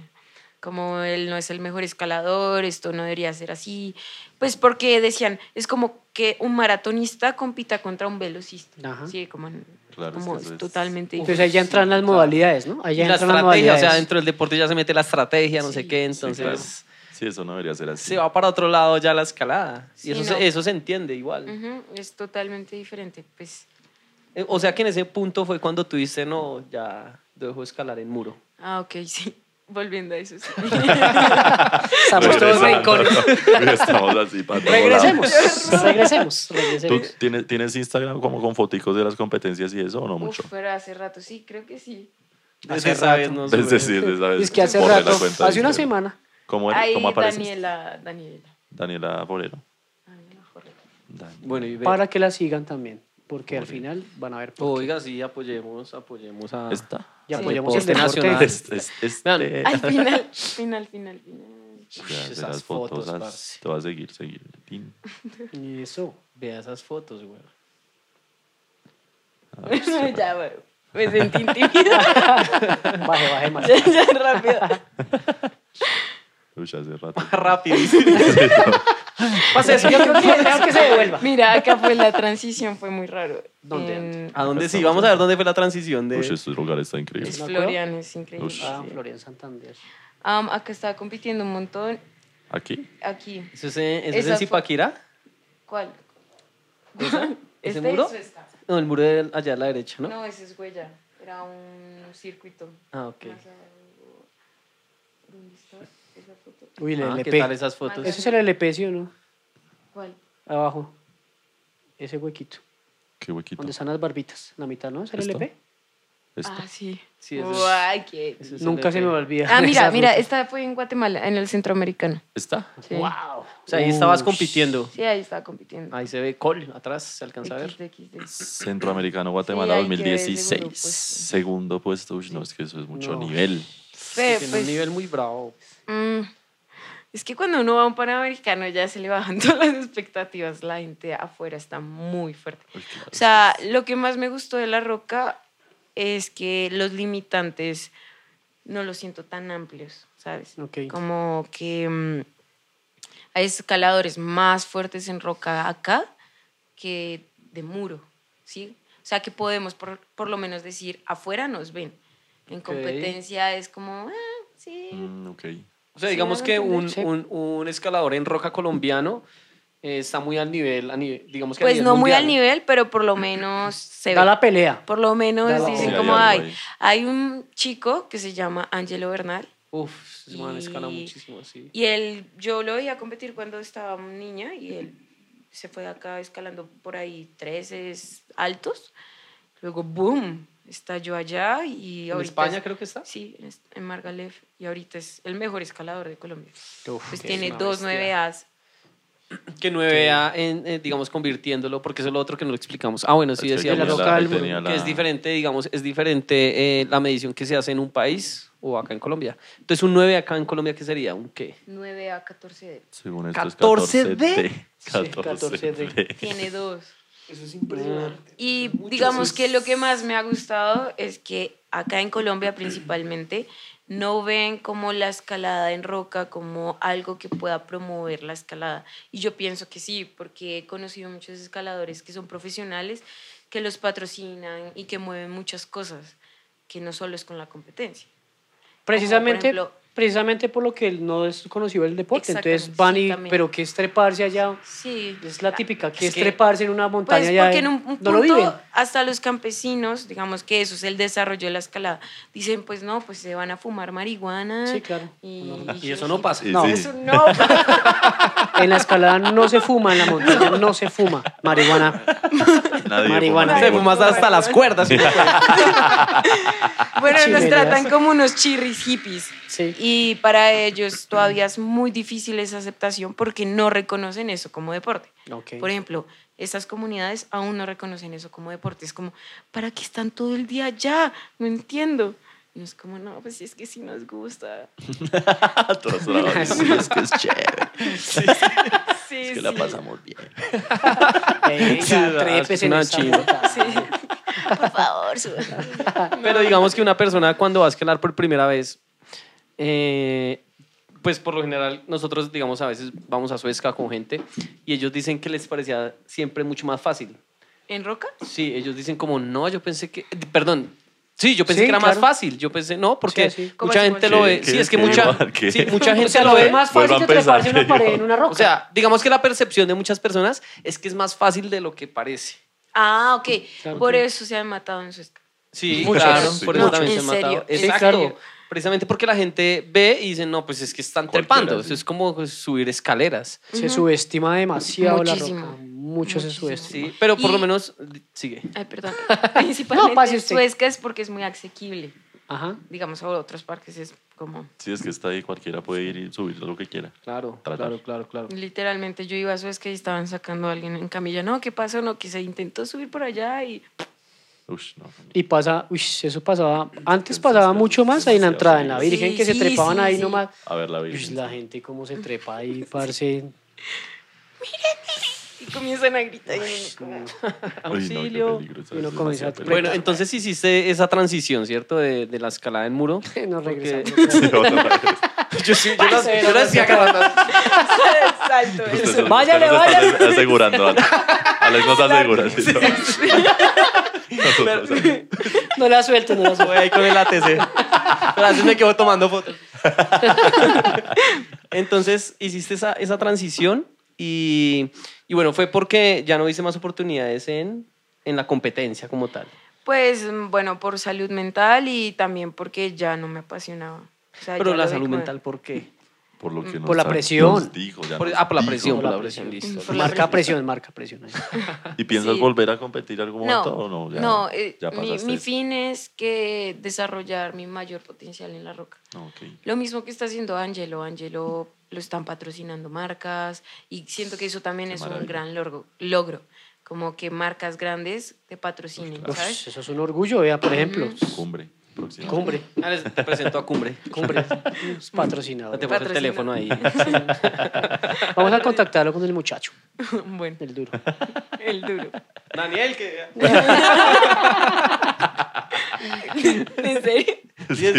Speaker 4: como él no es el mejor escalador, esto no debería ser así. Pues porque decían, es como que un maratonista compita contra un velocista.
Speaker 3: Ajá.
Speaker 4: Sí, como, en-
Speaker 1: Claro, es
Speaker 4: como
Speaker 1: que eso
Speaker 4: es
Speaker 1: es-
Speaker 4: totalmente
Speaker 3: Entonces ahí ya entran las modalidades, ¿no? Ahí
Speaker 2: Y la
Speaker 3: ya entran las
Speaker 2: estrategia, o
Speaker 3: modalidades.
Speaker 2: sea, dentro del deporte ya se mete la estrategia, no sé
Speaker 4: Sí,
Speaker 2: qué,
Speaker 4: sí,
Speaker 1: Sí,
Speaker 2: entonces...
Speaker 1: claro. Sí, eso no debería ser así.
Speaker 2: se va para otro lado ya la escalada.
Speaker 4: Sí,
Speaker 2: y eso,
Speaker 4: no.
Speaker 2: se, eso se entiende igual.
Speaker 4: Ujú, es totalmente diferente. Pues
Speaker 2: Eh, O sea que en ese punto fue cuando tú dices, no, ya dejo escalar en muro.
Speaker 4: Ah, ok, [LAUGHS] sí. Volviendo a eso. sí.
Speaker 3: Estamos todos
Speaker 1: Regresando.
Speaker 3: rincones.
Speaker 1: [LAUGHS] Estamos así para todo lado.
Speaker 3: Regresemos, [LAUGHS] regresemos,
Speaker 1: ¿Tú
Speaker 3: regresemos.
Speaker 1: tienes, tienes Instagram como con foticos de las competencias y eso o no
Speaker 4: Uf,
Speaker 1: mucho?
Speaker 4: pero hace rato sí, creo que sí.
Speaker 2: Desde
Speaker 3: Hace
Speaker 2: esa vez
Speaker 3: rato.
Speaker 1: [LAUGHS]
Speaker 2: no
Speaker 1: Es
Speaker 2: sube.
Speaker 1: decir, desde esa vez
Speaker 3: Es que hace
Speaker 1: borré la
Speaker 3: rato,
Speaker 1: cuenta de
Speaker 3: hace una
Speaker 1: Instagram.
Speaker 3: semana.
Speaker 1: ¿Cómo, eres?
Speaker 4: Ahí
Speaker 1: ¿Cómo apareces?
Speaker 4: Daniela, Daniela.
Speaker 1: Daniela Borero.
Speaker 4: Daniela
Speaker 1: [LAUGHS]
Speaker 4: Jorge.
Speaker 1: Dan-
Speaker 2: Bueno, y ve-
Speaker 3: Para que la sigan también, porque al final van a ver pues, por qué.
Speaker 2: Oiga, sí, apoyemos, apoyemos a...
Speaker 1: ¿Esta?
Speaker 3: Y
Speaker 2: Sí.
Speaker 3: apoyamos el
Speaker 2: Deporte
Speaker 3: deporte.
Speaker 2: nacional.
Speaker 1: Es- es- este-
Speaker 2: Ah. Vean,
Speaker 4: Al final, final, final, final.
Speaker 1: Ya,
Speaker 2: Uy,
Speaker 1: de
Speaker 2: esas
Speaker 1: las fotos,
Speaker 2: fotos,
Speaker 1: las-
Speaker 2: parce.
Speaker 1: te vas a seguir, seguir. Tin.
Speaker 3: Y eso.
Speaker 2: Vea esas fotos, güey.
Speaker 1: Ah, pues, qué
Speaker 4: [LAUGHS] ya, bueno,
Speaker 3: [LAUGHS]
Speaker 4: me sentí intimidada.
Speaker 3: Baje, baje
Speaker 4: [LAUGHS]
Speaker 3: más.
Speaker 4: ya, ya, rápido.
Speaker 1: raro. Uy, hace rato.
Speaker 2: [LAUGHS]
Speaker 1: [LAUGHS]
Speaker 2: Rápido.
Speaker 3: Pase eso, yo creo que,
Speaker 4: [LAUGHS]
Speaker 3: creo que se devuelva.
Speaker 4: Mira, acá fue la transición, fue muy raro.
Speaker 3: ¿Dónde?
Speaker 4: En
Speaker 2: ¿A dónde sí? Vamos a ver dónde fue la transición de...
Speaker 1: Pues Uy, este lugar está increíble.
Speaker 4: es
Speaker 3: ¿Me acuerdo?
Speaker 4: Florian, es increíble.
Speaker 1: Ush.
Speaker 3: Ah,
Speaker 4: sí.
Speaker 3: Florian Santander.
Speaker 4: Am, acá estaba compitiendo un montón.
Speaker 1: Aquí.
Speaker 4: Aquí.
Speaker 2: ¿Eso es en, eso es
Speaker 4: Esa
Speaker 2: en
Speaker 4: fo-
Speaker 2: Zipaquirá?
Speaker 4: ¿Cuál?
Speaker 2: ¿Ese
Speaker 4: ¿Este
Speaker 2: muro?
Speaker 4: es esta?
Speaker 2: No, el muro de allá a la derecha, ¿no?
Speaker 4: ¿no? ese es huella. Era un circuito.
Speaker 2: Ah, ok.
Speaker 4: Más abajo. ¿Dónde está esa foto?
Speaker 3: Uy, el
Speaker 2: Ah, ¿Qué
Speaker 3: LP.
Speaker 2: tal esas fotos?
Speaker 3: Eso es el LP, ¿sí o no?
Speaker 4: ¿Cuál?
Speaker 3: Abajo. Ese huequito.
Speaker 1: Qué huequito.
Speaker 3: Donde están las barbitas. La mitad, ¿no? ¿Es el
Speaker 1: ¿Esto?
Speaker 3: LP?
Speaker 1: Esto.
Speaker 4: Ah, sí.
Speaker 2: Sí, eso es-
Speaker 4: Guay, qué-
Speaker 2: Eso es
Speaker 3: Nunca se me
Speaker 2: LP.
Speaker 3: va a olvidar.
Speaker 2: [LAUGHS]
Speaker 4: Ah,
Speaker 3: [LAUGHS]
Speaker 4: mira,
Speaker 3: esa
Speaker 4: mira,
Speaker 3: ruta.
Speaker 4: esta fue en Guatemala, en el centroamericano.
Speaker 1: ¿Está?
Speaker 4: Sí,
Speaker 3: Wow.
Speaker 2: O sea, ahí estabas
Speaker 3: Ush.
Speaker 2: compitiendo.
Speaker 4: sí ahí estaba compitiendo.
Speaker 2: Ahí se ve Cole atrás, se alcanza a ver.
Speaker 4: XD, XD.
Speaker 1: Centroamericano Guatemala
Speaker 4: Sí, hay que ver
Speaker 1: 2016. Segundo
Speaker 4: segundo puesto.
Speaker 1: puesto. Uy, no, es que eso es mucho
Speaker 3: No.
Speaker 1: nivel.
Speaker 4: Pero,
Speaker 2: Tiene
Speaker 4: pues,
Speaker 2: un nivel muy bravo.
Speaker 4: mm, es que cuando uno va a un Panamericano ya se le bajan [LAUGHS] todas las expectativas. La gente afuera está muy fuerte.
Speaker 1: Uy, claro,
Speaker 4: O sea, lo que más me gustó de La Roca es que los limitantes no los siento tan amplios, ¿sabes?
Speaker 3: Ok.
Speaker 4: Como que mm, hay escaladores más fuertes en roca acá que de muro, ¿sí? O sea, que podemos por, por lo menos decir, afuera nos ven. En
Speaker 2: Ok.
Speaker 4: competencia es como, ah, sí.
Speaker 1: Mm, ok.
Speaker 2: O sea,
Speaker 4: Sí,
Speaker 2: digamos
Speaker 4: me
Speaker 2: que
Speaker 4: entiendo,
Speaker 2: un,
Speaker 3: sí.
Speaker 2: un- un escalador en roca colombiano eh, está muy al nivel, a nivel- digamos que a
Speaker 4: Pues
Speaker 2: nivel
Speaker 4: no muy
Speaker 2: mundial.
Speaker 4: al nivel, pero por lo menos se
Speaker 3: Da
Speaker 4: ve.
Speaker 3: la pelea.
Speaker 4: Por lo menos
Speaker 3: da la-
Speaker 4: dicen
Speaker 1: Sí, hay
Speaker 4: como,
Speaker 1: algo
Speaker 4: hay,
Speaker 1: ahí.
Speaker 4: hay un chico que se llama Angelo Bernal
Speaker 2: Uf, ese man escala
Speaker 4: Y-
Speaker 2: muchísimo, sí.
Speaker 4: Y él, yo lo veía competir cuando estaba niña y él se fue acá escalando por ahí 13 altos. Luego, boom, estalló allá y
Speaker 2: en
Speaker 4: ahorita...
Speaker 2: España
Speaker 4: es-
Speaker 2: creo que está.
Speaker 4: Sí, en, es- en Margalef. Y ahorita es el mejor escalador de Colombia.
Speaker 2: Uf,
Speaker 4: Pues
Speaker 2: que
Speaker 4: tiene
Speaker 2: es una
Speaker 4: dos
Speaker 2: bestia.
Speaker 4: 9As.
Speaker 2: Que 9A, en, eh, digamos, convirtiéndolo, porque eso es lo otro que no lo explicamos. Ah, bueno, sí,
Speaker 1: Es que
Speaker 2: decíamos.
Speaker 1: tenía
Speaker 3: la local,
Speaker 1: él tenía
Speaker 2: que es
Speaker 1: Pues, la-
Speaker 2: diferente, digamos, es diferente eh, la medición que se hace en un país o acá en Colombia. Entonces, un 9 acá en Colombia, ¿qué sería? ¿Un qué?
Speaker 4: 9A, 14D.
Speaker 1: Según esto es
Speaker 2: 14D.
Speaker 1: 14D.
Speaker 3: Sí,
Speaker 1: 14D.
Speaker 4: Tiene dos.
Speaker 2: Eso es
Speaker 3: impresionante.
Speaker 4: Y digamos que lo que más me ha gustado es que acá en Colombia principalmente no ven como la escalada en roca como algo que pueda promover la escalada. Y yo pienso que sí, porque he conocido muchos escaladores que son profesionales, que los patrocinan y que mueven muchas cosas, que no solo es con la competencia.
Speaker 3: Precisamente,
Speaker 4: ejemplo-
Speaker 3: precisamente por lo que él no es conocido el deporte. Entonces
Speaker 4: Exactamente,
Speaker 3: van
Speaker 4: sí,
Speaker 3: y,
Speaker 4: también.
Speaker 3: pero que es treparse allá.
Speaker 4: Sí.
Speaker 3: Es la típica, que
Speaker 2: Es
Speaker 3: es,
Speaker 2: que-
Speaker 3: treparse en una montaña
Speaker 4: Pues
Speaker 3: allá.
Speaker 4: porque
Speaker 3: y
Speaker 4: en un, un
Speaker 3: no lo viven.
Speaker 4: punto hasta los campesinos, digamos que eso es el desarrollo de la escalada, dicen pues no, pues se van a fumar marihuana.
Speaker 3: Sí, claro.
Speaker 4: Y,
Speaker 2: Y eso no pasa.
Speaker 1: Sí,
Speaker 3: No.
Speaker 1: sí.
Speaker 4: Eso no [LAUGHS] pasa.
Speaker 3: En la escalada no se fuma, en la
Speaker 4: [LAUGHS]
Speaker 3: montaña no se fuma. Marihuana.
Speaker 1: Nadie
Speaker 3: Marihuana.
Speaker 1: fuma
Speaker 2: Se
Speaker 1: ningún-
Speaker 2: fumas hasta las cuerdas.
Speaker 4: Bueno, nos
Speaker 3: Chilenas.
Speaker 4: tratan como unos chirris hippies.
Speaker 3: Sí.
Speaker 4: Y para ellos todavía es muy difícil esa aceptación porque no reconocen eso como deporte.
Speaker 3: Ok.
Speaker 4: Por ejemplo, estas comunidades aún no reconocen eso como deporte. Es como, ¿para qué están todo el día allá? No entiendo. Y es como, no, pues es que sí nos gusta. [LAUGHS]
Speaker 1: Todos grabados. Sí, Es que es chévere.
Speaker 4: Sí,
Speaker 1: Es que la
Speaker 4: sí.
Speaker 1: pasamos bien.
Speaker 3: Venga,
Speaker 2: Sí, es
Speaker 3: trépese en
Speaker 2: una
Speaker 3: esa
Speaker 2: chimba.
Speaker 3: montaña. [LAUGHS]
Speaker 4: Sí. Por favor, suba.
Speaker 2: Pero digamos que una persona cuando va a escalar por primera vez, eh, pues por lo general nosotros, digamos, a veces vamos a Suezca con gente y ellos dicen que les parecía siempre mucho más fácil.
Speaker 4: ¿En roca?
Speaker 2: Sí, ellos dicen como, no, yo pensé que, perdón. Sí, yo pensé
Speaker 3: Sí,
Speaker 2: que era más
Speaker 3: claro.
Speaker 2: fácil. Yo pensé, no, porque
Speaker 3: Sí, sí.
Speaker 4: ¿Cómo
Speaker 2: mucha
Speaker 4: así,
Speaker 2: gente
Speaker 4: cómo
Speaker 2: lo
Speaker 1: así?
Speaker 2: ve.
Speaker 1: ¿Qué,
Speaker 2: Sí,
Speaker 1: qué,
Speaker 2: es que
Speaker 1: qué,
Speaker 2: mucha,
Speaker 1: Juan, qué?
Speaker 2: sí, mucha
Speaker 3: [LAUGHS] O
Speaker 2: gente
Speaker 3: sea,
Speaker 2: lo ve.
Speaker 3: más fácil
Speaker 1: Vuelvan
Speaker 3: que
Speaker 1: a empezar,
Speaker 3: treparse en una
Speaker 1: que
Speaker 3: pared,
Speaker 1: yo-
Speaker 3: en [LAUGHS] una roca.
Speaker 2: O sea, digamos que la percepción de muchas personas es que es más fácil de lo que parece.
Speaker 4: Ah, ok.
Speaker 3: Claro
Speaker 4: Por
Speaker 3: que-
Speaker 4: eso se han matado en Suezca.
Speaker 2: Sí,
Speaker 1: Muchos.
Speaker 2: claro,
Speaker 1: Sí.
Speaker 2: por eso
Speaker 1: Muchos.
Speaker 2: también se
Speaker 4: ¿En
Speaker 2: han matado.
Speaker 4: serio?
Speaker 3: Sí,
Speaker 2: Exacto.
Speaker 3: claro.
Speaker 2: Precisamente porque la gente ve y dice, no, pues es que están
Speaker 1: Cualquiera,
Speaker 2: trepando.
Speaker 1: sí.
Speaker 2: Eso es como pues, subir escaleras.
Speaker 3: se subestima demasiado
Speaker 4: Muchísimo.
Speaker 3: la roca. Mucho se
Speaker 4: Muchísimo.
Speaker 3: subestima.
Speaker 2: Sí, pero por
Speaker 4: Y-
Speaker 2: lo menos sigue.
Speaker 3: [LAUGHS]
Speaker 4: Ay, perdón. Principalmente
Speaker 3: No, pase
Speaker 4: en
Speaker 3: usted.
Speaker 4: Suezca es porque es muy asequible.
Speaker 3: Ajá.
Speaker 4: Digamos, a otros parques es como...
Speaker 1: Sí, es que está ahí. Cualquiera puede ir y subir lo que quiera.
Speaker 2: Claro,
Speaker 1: Tratar.
Speaker 2: claro, claro, claro.
Speaker 4: Literalmente yo iba a Suezca y estaban sacando a alguien en camilla. No, ¿qué pasó? No, que se intentó subir por allá y...
Speaker 1: Ush, no.
Speaker 3: Y pasa, uy, eso pasaba, antes
Speaker 1: Sí,
Speaker 3: pasaba
Speaker 1: sí,
Speaker 3: mucho
Speaker 1: sí,
Speaker 3: más
Speaker 1: sí,
Speaker 3: ahí en la
Speaker 1: sí,
Speaker 3: entrada,
Speaker 1: sí.
Speaker 3: en la Virgen,
Speaker 4: Sí,
Speaker 3: que se
Speaker 4: sí,
Speaker 3: trepaban
Speaker 4: sí,
Speaker 3: ahí
Speaker 4: sí.
Speaker 3: nomás.
Speaker 1: A ver la
Speaker 3: Uy,
Speaker 1: Virgen.
Speaker 3: la gente cómo se trepa ahí, parce. [LAUGHS]
Speaker 4: Y comienzan a gritar. [LAUGHS] y uno como-
Speaker 1: Uy, no, qué
Speaker 2: Auxilio.
Speaker 1: peligro, eso
Speaker 3: Y uno
Speaker 1: es
Speaker 3: comienza a
Speaker 1: demasiado
Speaker 2: Bueno,
Speaker 1: peligroso.
Speaker 2: entonces hiciste esa transición, ¿cierto? De, de la escalada en muro. [LAUGHS]
Speaker 3: Nos
Speaker 2: Porque-
Speaker 3: regresamos. [LAUGHS]
Speaker 2: Yo sí, yo las- yo las hacía cada rato.
Speaker 3: [LAUGHS]
Speaker 4: Exacto.
Speaker 1: Ustedes-
Speaker 4: eso.
Speaker 1: ustedes
Speaker 3: Váyale,
Speaker 1: nos están
Speaker 3: váyale.
Speaker 1: asegurando. Alex. Alex nos asegura. sí, no. [LAUGHS] Nosotros, Alex.
Speaker 3: No la suelto, no la suelto.
Speaker 2: Voy ahí con el ATC. Pero así me quedo tomando
Speaker 4: [LAUGHS]
Speaker 2: fotos. Entonces, hiciste esa, esa transición y, y bueno, fue porque ya no viste más oportunidades en, en la competencia como tal.
Speaker 4: Pues mm, bueno, por salud mental y también porque ya no me apasionaba. O sea,
Speaker 2: Pero
Speaker 4: ya
Speaker 2: la
Speaker 4: lo vi
Speaker 2: salud
Speaker 4: como-
Speaker 2: mental, ¿por qué?
Speaker 1: Por lo que nos
Speaker 3: Por la
Speaker 1: sa-
Speaker 3: presión.
Speaker 1: nos dijo, ya
Speaker 2: Por-
Speaker 1: nos
Speaker 2: ah, por la
Speaker 1: dijo.
Speaker 2: presión, [LAUGHS] por la
Speaker 3: la
Speaker 2: presión,
Speaker 3: presión.
Speaker 2: listo.
Speaker 4: Por la
Speaker 3: Marca presión,
Speaker 4: presión.
Speaker 3: marca presión. ahí.
Speaker 1: ¿Y piensas
Speaker 4: Sí.
Speaker 1: volver a competir algún momento o no? Ya,
Speaker 4: no, eh,
Speaker 1: ya
Speaker 4: mi,
Speaker 1: pasaste
Speaker 4: mi
Speaker 1: eso.
Speaker 4: fin es que desarrollar mi mayor potencial en la roca.
Speaker 1: No, ok.
Speaker 4: Lo mismo que está haciendo Angelo. Angelo lo están patrocinando marcas y siento que eso también
Speaker 1: Qué
Speaker 4: es
Speaker 1: maravilla.
Speaker 4: un gran logro, logro. Como que marcas grandes te patrocinen,
Speaker 1: claro.
Speaker 4: ¿sabes?
Speaker 3: Uf, eso es un orgullo, vea, por ejemplo.
Speaker 1: Cumbre. próxima.
Speaker 3: Cumbre,
Speaker 2: Ah, les presento a
Speaker 4: [LAUGHS]
Speaker 2: Cumbre.
Speaker 3: cumbre, es
Speaker 2: No
Speaker 3: patrocinador.
Speaker 2: te paso el
Speaker 4: Patrocina.
Speaker 2: teléfono
Speaker 4: [LAUGHS]
Speaker 2: ahí.
Speaker 3: [LAUGHS] Vamos a contactarlo con el muchacho,
Speaker 4: [LAUGHS] bueno,
Speaker 3: el duro.
Speaker 4: el duro.
Speaker 2: Daniel, que...
Speaker 4: ¿En serio?
Speaker 1: [LAUGHS] Sí, [LAUGHS] es-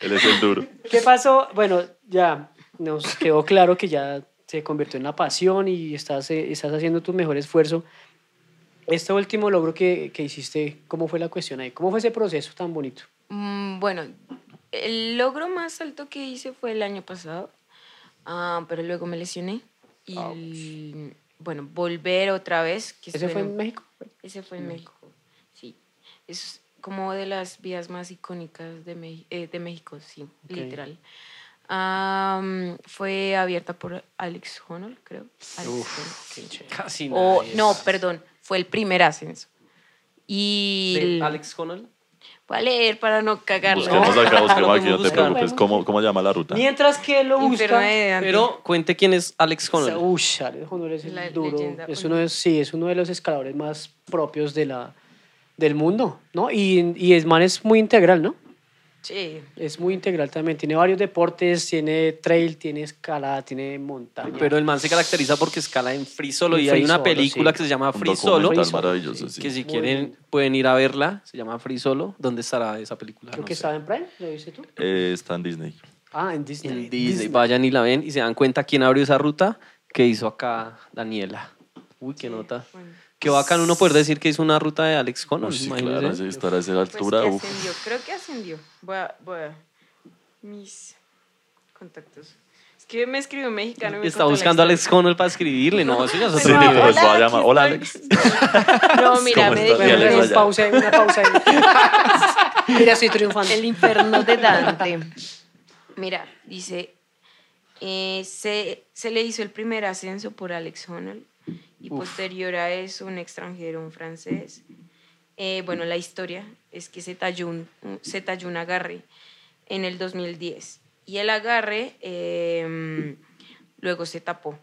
Speaker 1: Él es el duro.
Speaker 3: ¿Qué pasó? Bueno, ya nos quedó claro que ya se convirtió en una pasión y estás, eh, estás haciendo tu mejor esfuerzo. Este último logro que, que hiciste, ¿cómo fue la cuestión ahí? ¿Cómo fue ese proceso tan bonito?
Speaker 4: Mm, Bueno, el logro más alto que hice fue el año pasado, ah, pero luego me lesioné y bueno, volver otra vez. Que
Speaker 3: ¿Ese fue
Speaker 4: espero-
Speaker 3: en México?
Speaker 4: Ese fue en México. Sí. Es como de las vías más icónicas de, Mex- eh, de México, sí,
Speaker 3: Ok.
Speaker 4: literal. Am, fue abierta por Alex Honnold, creo. Alex Honnold.
Speaker 2: Casi
Speaker 4: O,
Speaker 2: nadie
Speaker 4: Oh, no,
Speaker 2: sabe.
Speaker 4: perdón, fue el primer ascenso. Y
Speaker 2: ¿De
Speaker 4: el-
Speaker 2: Alex Connell.
Speaker 4: voy a leer para no cagarla.
Speaker 1: Busquemos acá, busquemos aquí, no te
Speaker 2: Busca.
Speaker 1: preocupes. ¿Cómo, cómo llama la ruta?
Speaker 3: Mientras que lo busca...
Speaker 4: Internet,
Speaker 2: Pero cuente quién es Alex Connell.
Speaker 3: Uy, Alex Honnold es el
Speaker 4: La
Speaker 3: duro.
Speaker 4: leyenda
Speaker 3: Es
Speaker 4: olímpica.
Speaker 3: uno de, sí, es uno de los escaladores más propios de la, del mundo, ¿no? Y, y el man es muy integral, ¿no?
Speaker 4: Sí.
Speaker 3: Es muy integral también. Tiene varios deportes, tiene trail, tiene escalada, tiene montaña.
Speaker 2: Pero el man se caracteriza porque escala en free solo
Speaker 3: En
Speaker 2: y
Speaker 3: free
Speaker 2: hay una
Speaker 3: solo,
Speaker 2: película
Speaker 3: sí.
Speaker 2: que se llama
Speaker 1: Un
Speaker 2: Free Solo.
Speaker 1: documental
Speaker 3: Free Solo,
Speaker 1: maravilloso, sí.
Speaker 2: Que si
Speaker 3: Muy
Speaker 2: quieren
Speaker 3: lindo.
Speaker 2: pueden ir a verla. Se llama Free Solo. ¿Dónde estará esa película?
Speaker 3: Creo
Speaker 2: No
Speaker 3: que
Speaker 2: sé.
Speaker 3: estaba en Prime, ¿lo viste tú?
Speaker 1: Eh, está en Disney.
Speaker 3: Ah, en Disney.
Speaker 2: En Disney. Vayan y la ven y se dan cuenta quién abrió esa ruta que hizo acá Daniela. Uy, qué nota.
Speaker 4: bueno.
Speaker 2: Qué bacán uno poder decir que hizo una ruta de Alex Connell.
Speaker 1: Uy, sí,
Speaker 2: imagínese.
Speaker 1: claro, sí, estar a esa
Speaker 4: Pues
Speaker 1: altura.
Speaker 4: que
Speaker 1: uf.
Speaker 4: ascendió, creo que ascendió. Voy a, voy a- mis contactos. Es que me escribió un mexicano. y me
Speaker 2: Está
Speaker 4: contó la
Speaker 2: buscando a
Speaker 4: historia.
Speaker 2: Alex Connell para escribirle. No, eso
Speaker 4: [LAUGHS]
Speaker 2: ya es
Speaker 1: Sí,
Speaker 2: otro
Speaker 4: No,
Speaker 1: digo,
Speaker 2: nivel.
Speaker 1: pues,
Speaker 4: hola,
Speaker 1: va a llamar.
Speaker 4: aquí
Speaker 1: Hola, Alex.
Speaker 4: estoy. [LAUGHS] No, mira,
Speaker 1: ¿Cómo estás?
Speaker 4: me
Speaker 1: Bien,
Speaker 3: Bueno,
Speaker 4: dijo
Speaker 3: una
Speaker 1: Alex,
Speaker 4: "Eres
Speaker 1: vaya.
Speaker 3: pausa, ahí, una pausa.
Speaker 4: [LAUGHS]
Speaker 3: ahí. Mira, estoy triunfando.
Speaker 4: el infierno de Dante. Mira, dice, eh, se, se le hizo el primer ascenso por Alex Honnold y posterior a eso un extranjero, un francés. Eh, bueno, la historia es que se talló un, un- se talló un agarre en el 2010 y el agarre eh, luego se tapó.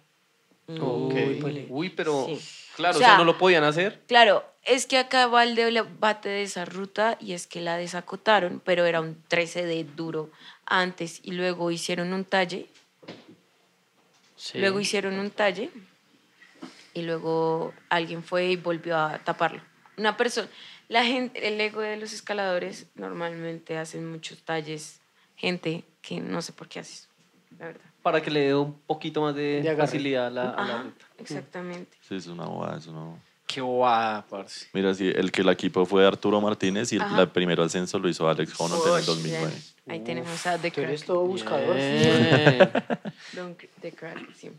Speaker 4: Y-
Speaker 2: Ok.
Speaker 3: vale.
Speaker 2: Uy, pero
Speaker 4: Sí.
Speaker 2: claro,
Speaker 4: O
Speaker 2: o sea,
Speaker 4: sea,
Speaker 2: no lo podían hacer.
Speaker 4: Claro, es que acá va el debate de esa ruta y es que la desacotaron, pero era un 13 de duro antes y luego hicieron un talle, luego hicieron un talle y luego alguien fue y volvió a taparlo. Una persona, la gente, el ego de los escaladores normalmente hacen muchos talles, gente que no sé por qué hace eso, la verdad.
Speaker 2: Para que le dé un poquito más de,
Speaker 3: De agarre.
Speaker 2: facilidad a la, a la
Speaker 4: Ajá,
Speaker 2: ruta.
Speaker 4: exactamente.
Speaker 1: Sí, es una bobada, eso no.
Speaker 2: Qué guapa, parce.
Speaker 1: Mira, sí, el que la equipó fue Arturo Martínez y el,
Speaker 4: Ajá.
Speaker 1: la primero ascenso lo hizo Alex Honnold en el
Speaker 4: Ush,
Speaker 1: 2009.
Speaker 4: Ahí tenemos a The
Speaker 3: Tú eres
Speaker 4: Crack.
Speaker 3: todo buscador.
Speaker 2: Bien.
Speaker 4: Don The Crack, sí.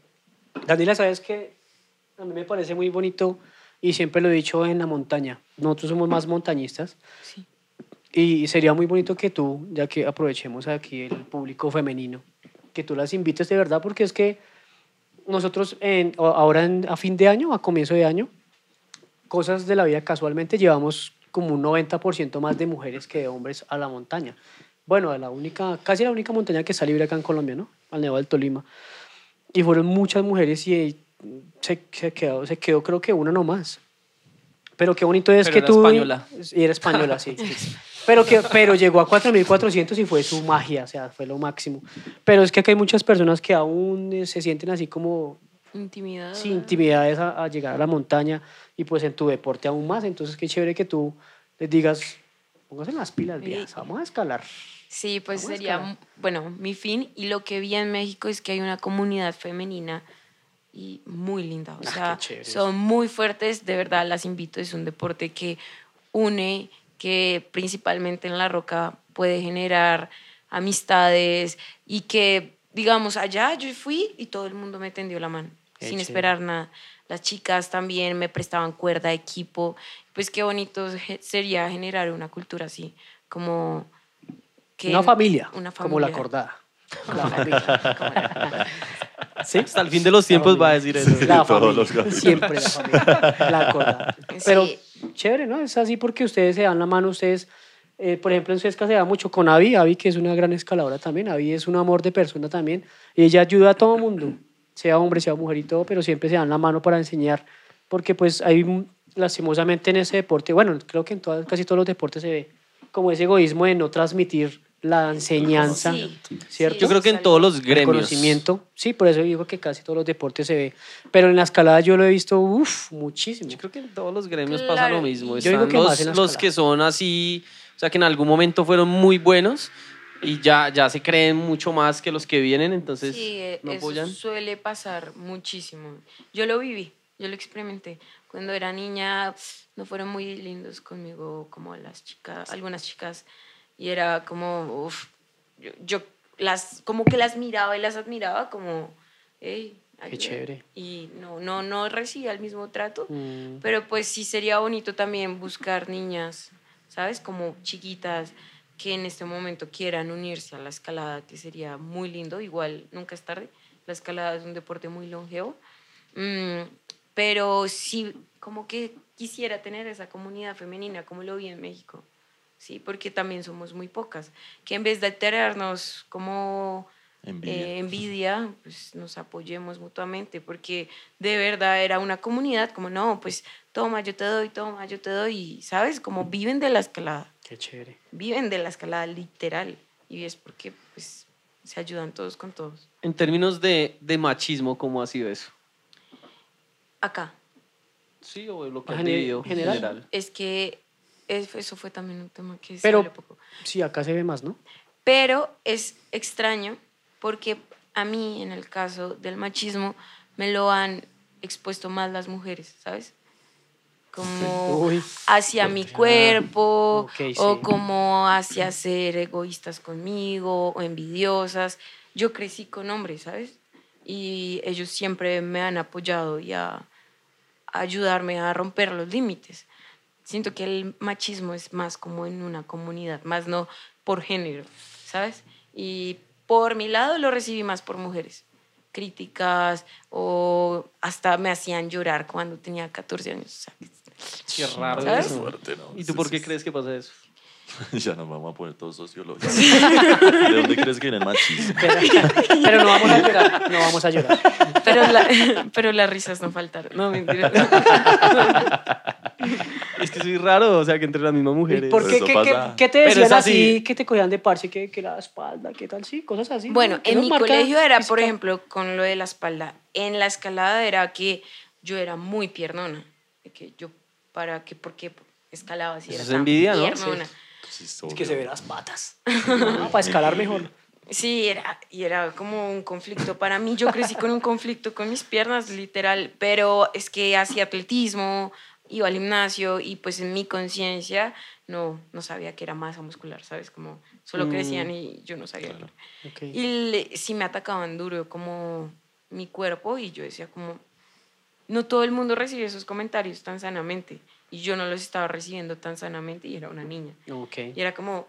Speaker 3: Daniela, ¿sabes qué? A mí me parece muy bonito y siempre lo he dicho en la montaña. Nosotros somos más montañistas.
Speaker 4: Sí.
Speaker 3: Y sería muy bonito que tú, ya que aprovechemos aquí el público femenino, que tú las invites de verdad, porque es que nosotros en- o- ahora en- a fin de año, a comienzo de año, cosas de la vida casualmente llevamos como un 90% más de mujeres que de hombres a la montaña. Bueno, a la única, casi la única montaña que está libre acá en Colombia, ¿no? Al Nevado del Tolima. Y fueron muchas mujeres y eh, se, se quedó, se quedó creo que una nomás. Pero qué bonito es
Speaker 2: Pero
Speaker 3: que
Speaker 2: era
Speaker 3: tú...
Speaker 2: española.
Speaker 3: Y era española, sí. Pero, que, pero llegó a 4.400 y fue su magia, o sea, fue lo máximo. Pero es que acá hay muchas personas que aún eh, se sienten así como
Speaker 4: Intimidad.
Speaker 3: sin intimidades a, a llegar a la montaña y pues en tu deporte aún más. Entonces qué chévere que tú les digas, pónganse las pilas,
Speaker 4: Sí.
Speaker 3: viejas, vamos a escalar.
Speaker 4: Sí, pues
Speaker 3: Vamos a
Speaker 4: sería,
Speaker 3: escalar.
Speaker 4: bueno, mi fin y lo que vi en México es que hay una comunidad femenina y muy linda, o
Speaker 3: Ah,
Speaker 4: sea,
Speaker 3: qué chévere.
Speaker 4: son muy fuertes, de verdad las invito, es un deporte que une, que principalmente en la roca puede generar amistades y que, digamos, allá yo fui y todo el mundo me tendió la mano,
Speaker 3: Qué
Speaker 4: sin
Speaker 3: chévere.
Speaker 4: esperar nada. Las chicas también me prestaban cuerda, equipo, pues qué bonito ge- sería generar una cultura así, como... que-
Speaker 3: Una familia,
Speaker 4: una
Speaker 3: como la
Speaker 4: familia. [LAUGHS]
Speaker 3: cordada. La familia. ¿Sí?
Speaker 2: Hasta el fin de los tiempos va a decir eso.
Speaker 1: Sí,
Speaker 3: La
Speaker 1: [LAUGHS] todos
Speaker 3: familia.
Speaker 1: los capítulos.
Speaker 3: Siempre la familia. La acordada.
Speaker 4: Sí.
Speaker 3: Pero chévere, ¿no? Es así porque ustedes se dan la mano, ustedes. eh, por ejemplo, en Suezca se da mucho con Avi, Avi que es una gran escaladora también, Avi es un amor de persona también, y ella ayuda a todo mundo, sea hombre, sea mujer y todo, pero siempre se dan la mano para enseñar, porque pues hay mm, lastimosamente en ese deporte, bueno, creo que en todas- casi todos los deportes se ve como ese egoísmo de no transmitir la enseñanza,
Speaker 4: Sí,
Speaker 3: ¿cierto?
Speaker 2: Yo creo que en todos los gremios.
Speaker 3: el conocimiento. Sí, por eso digo que casi todos los deportes se ve. Pero en la escalada yo lo he visto, uff, muchísimo.
Speaker 2: Yo creo que en todos los gremios pasa
Speaker 4: Claro,
Speaker 2: lo mismo.
Speaker 4: y-
Speaker 3: Yo digo
Speaker 2: Están
Speaker 3: que más en
Speaker 2: los,
Speaker 3: la
Speaker 2: los
Speaker 3: escalada.
Speaker 2: que son así, o sea, que en algún momento fueron muy buenos y ya, ya se creen mucho más que los que vienen, entonces
Speaker 4: Sí, eh,
Speaker 2: no
Speaker 4: eso
Speaker 2: apoyan.
Speaker 4: suele pasar muchísimo. Yo lo viví, yo lo experimenté. Cuando era niña no fueron muy lindos conmigo como las chicas, algunas chicas, y era como, uff, yo, yo las, como que las miraba y las admiraba como, hey,
Speaker 3: chévere.
Speaker 4: Y no, no, no recibía el mismo trato,
Speaker 3: Mm.
Speaker 4: pero pues sí sería bonito también buscar niñas, ¿sabes? Como chiquitas que en este momento quieran unirse a la escalada, que sería muy lindo. Igual nunca es tarde. La escalada es un deporte muy longevo. Mm, pero sí, como que quisiera tener esa comunidad femenina, como lo vi en México. Sí, porque también somos muy pocas. Que en vez de tenernos como
Speaker 1: Envidia.
Speaker 4: eh, envidia, pues nos apoyemos mutuamente, porque de verdad era una comunidad como, no, pues toma, yo te doy, toma, yo te doy, y, ¿sabes? Como viven de la escalada,
Speaker 3: Qué chévere.
Speaker 4: viven de la escalada literal, y es porque pues se ayudan todos con todos.
Speaker 2: En términos de, de machismo, ¿cómo ha sido eso?
Speaker 4: Acá,
Speaker 2: Sí, o lo que
Speaker 3: Ah,
Speaker 2: han
Speaker 3: gene-
Speaker 2: vivido en
Speaker 3: general.
Speaker 2: general.
Speaker 4: es que es- eso fue también un tema que se
Speaker 3: Pero-
Speaker 4: habló poco.
Speaker 3: Sí, acá se ve más, ¿no? [LAUGHS]
Speaker 4: Pero es extraño porque a mí, en el caso del machismo, me lo han expuesto más las mujeres, ¿sabes? Como
Speaker 3: Uy,
Speaker 4: hacia mi cuerpo
Speaker 3: Ok, sí.
Speaker 4: o como hacia ser egoístas conmigo o envidiosas. Yo crecí con hombres, ¿sabes? Y ellos siempre me han apoyado y a a ayudarme a romper los límites. Siento que el machismo es más como en una comunidad, más no por género, ¿sabes? Y por mi lado lo recibí más por mujeres. Críticas o hasta me hacían llorar cuando tenía 14 años. o sea,
Speaker 2: Qué raro
Speaker 4: ¿Sabes?
Speaker 2: eso.
Speaker 1: Fuerte, ¿no?
Speaker 2: ¿Y
Speaker 1: Sí,
Speaker 2: tú por
Speaker 1: sí,
Speaker 2: qué
Speaker 1: sí.
Speaker 2: crees que pasa eso?
Speaker 1: [LAUGHS] Ya nos vamos a poner todos sociólogos. ¿De dónde crees que viene el
Speaker 3: [LAUGHS]
Speaker 1: machismo?
Speaker 3: Pero, pero no vamos a llorar, no vamos a llorar.
Speaker 4: Pero, la- [LAUGHS] pero las risas no faltaron. No, mentira.
Speaker 2: Es que soy raro, o sea, que entre las mismas
Speaker 3: ¿Y
Speaker 2: mujeres.
Speaker 3: ¿Por qué,
Speaker 1: Eso
Speaker 3: ¿Qué- qué,
Speaker 1: pasa.
Speaker 3: qué te
Speaker 2: Pero es
Speaker 3: decían
Speaker 2: así.
Speaker 3: así? Que te cogían de parche, que, que la espalda, qué tal, sí, cosas así.
Speaker 4: Bueno,
Speaker 3: ¿no? Que
Speaker 4: en
Speaker 3: nos
Speaker 4: mi
Speaker 3: marcan
Speaker 4: colegio era, por
Speaker 3: física.
Speaker 4: ejemplo, con lo de la espalda. En la escalada era que yo era muy piernona. de Que yo, ¿para qué? ¿Por qué escalaba si
Speaker 2: Eso
Speaker 4: era
Speaker 2: es
Speaker 4: tan
Speaker 2: envidia, ¿no?
Speaker 4: piernona?
Speaker 1: Sí,
Speaker 3: Es
Speaker 1: obvio.
Speaker 3: que se ve las patas. Ah, para escalar mejor.
Speaker 4: Sí, era, y era como un conflicto. Para mí, yo crecí con un conflicto con mis piernas, literal. Pero es que hacía atletismo, iba al gimnasio y pues en mi conciencia no, no sabía que era masa muscular, ¿sabes? Como solo
Speaker 2: Mm.
Speaker 4: crecían y yo no sabía.
Speaker 1: Claro.
Speaker 3: Ok.
Speaker 4: Y le- sí me atacaban duro como mi cuerpo y yo decía como, no todo el mundo recibe esos comentarios tan sanamente y yo no los estaba recibiendo tan sanamente y era una niña.
Speaker 3: Ok.
Speaker 4: Y era como...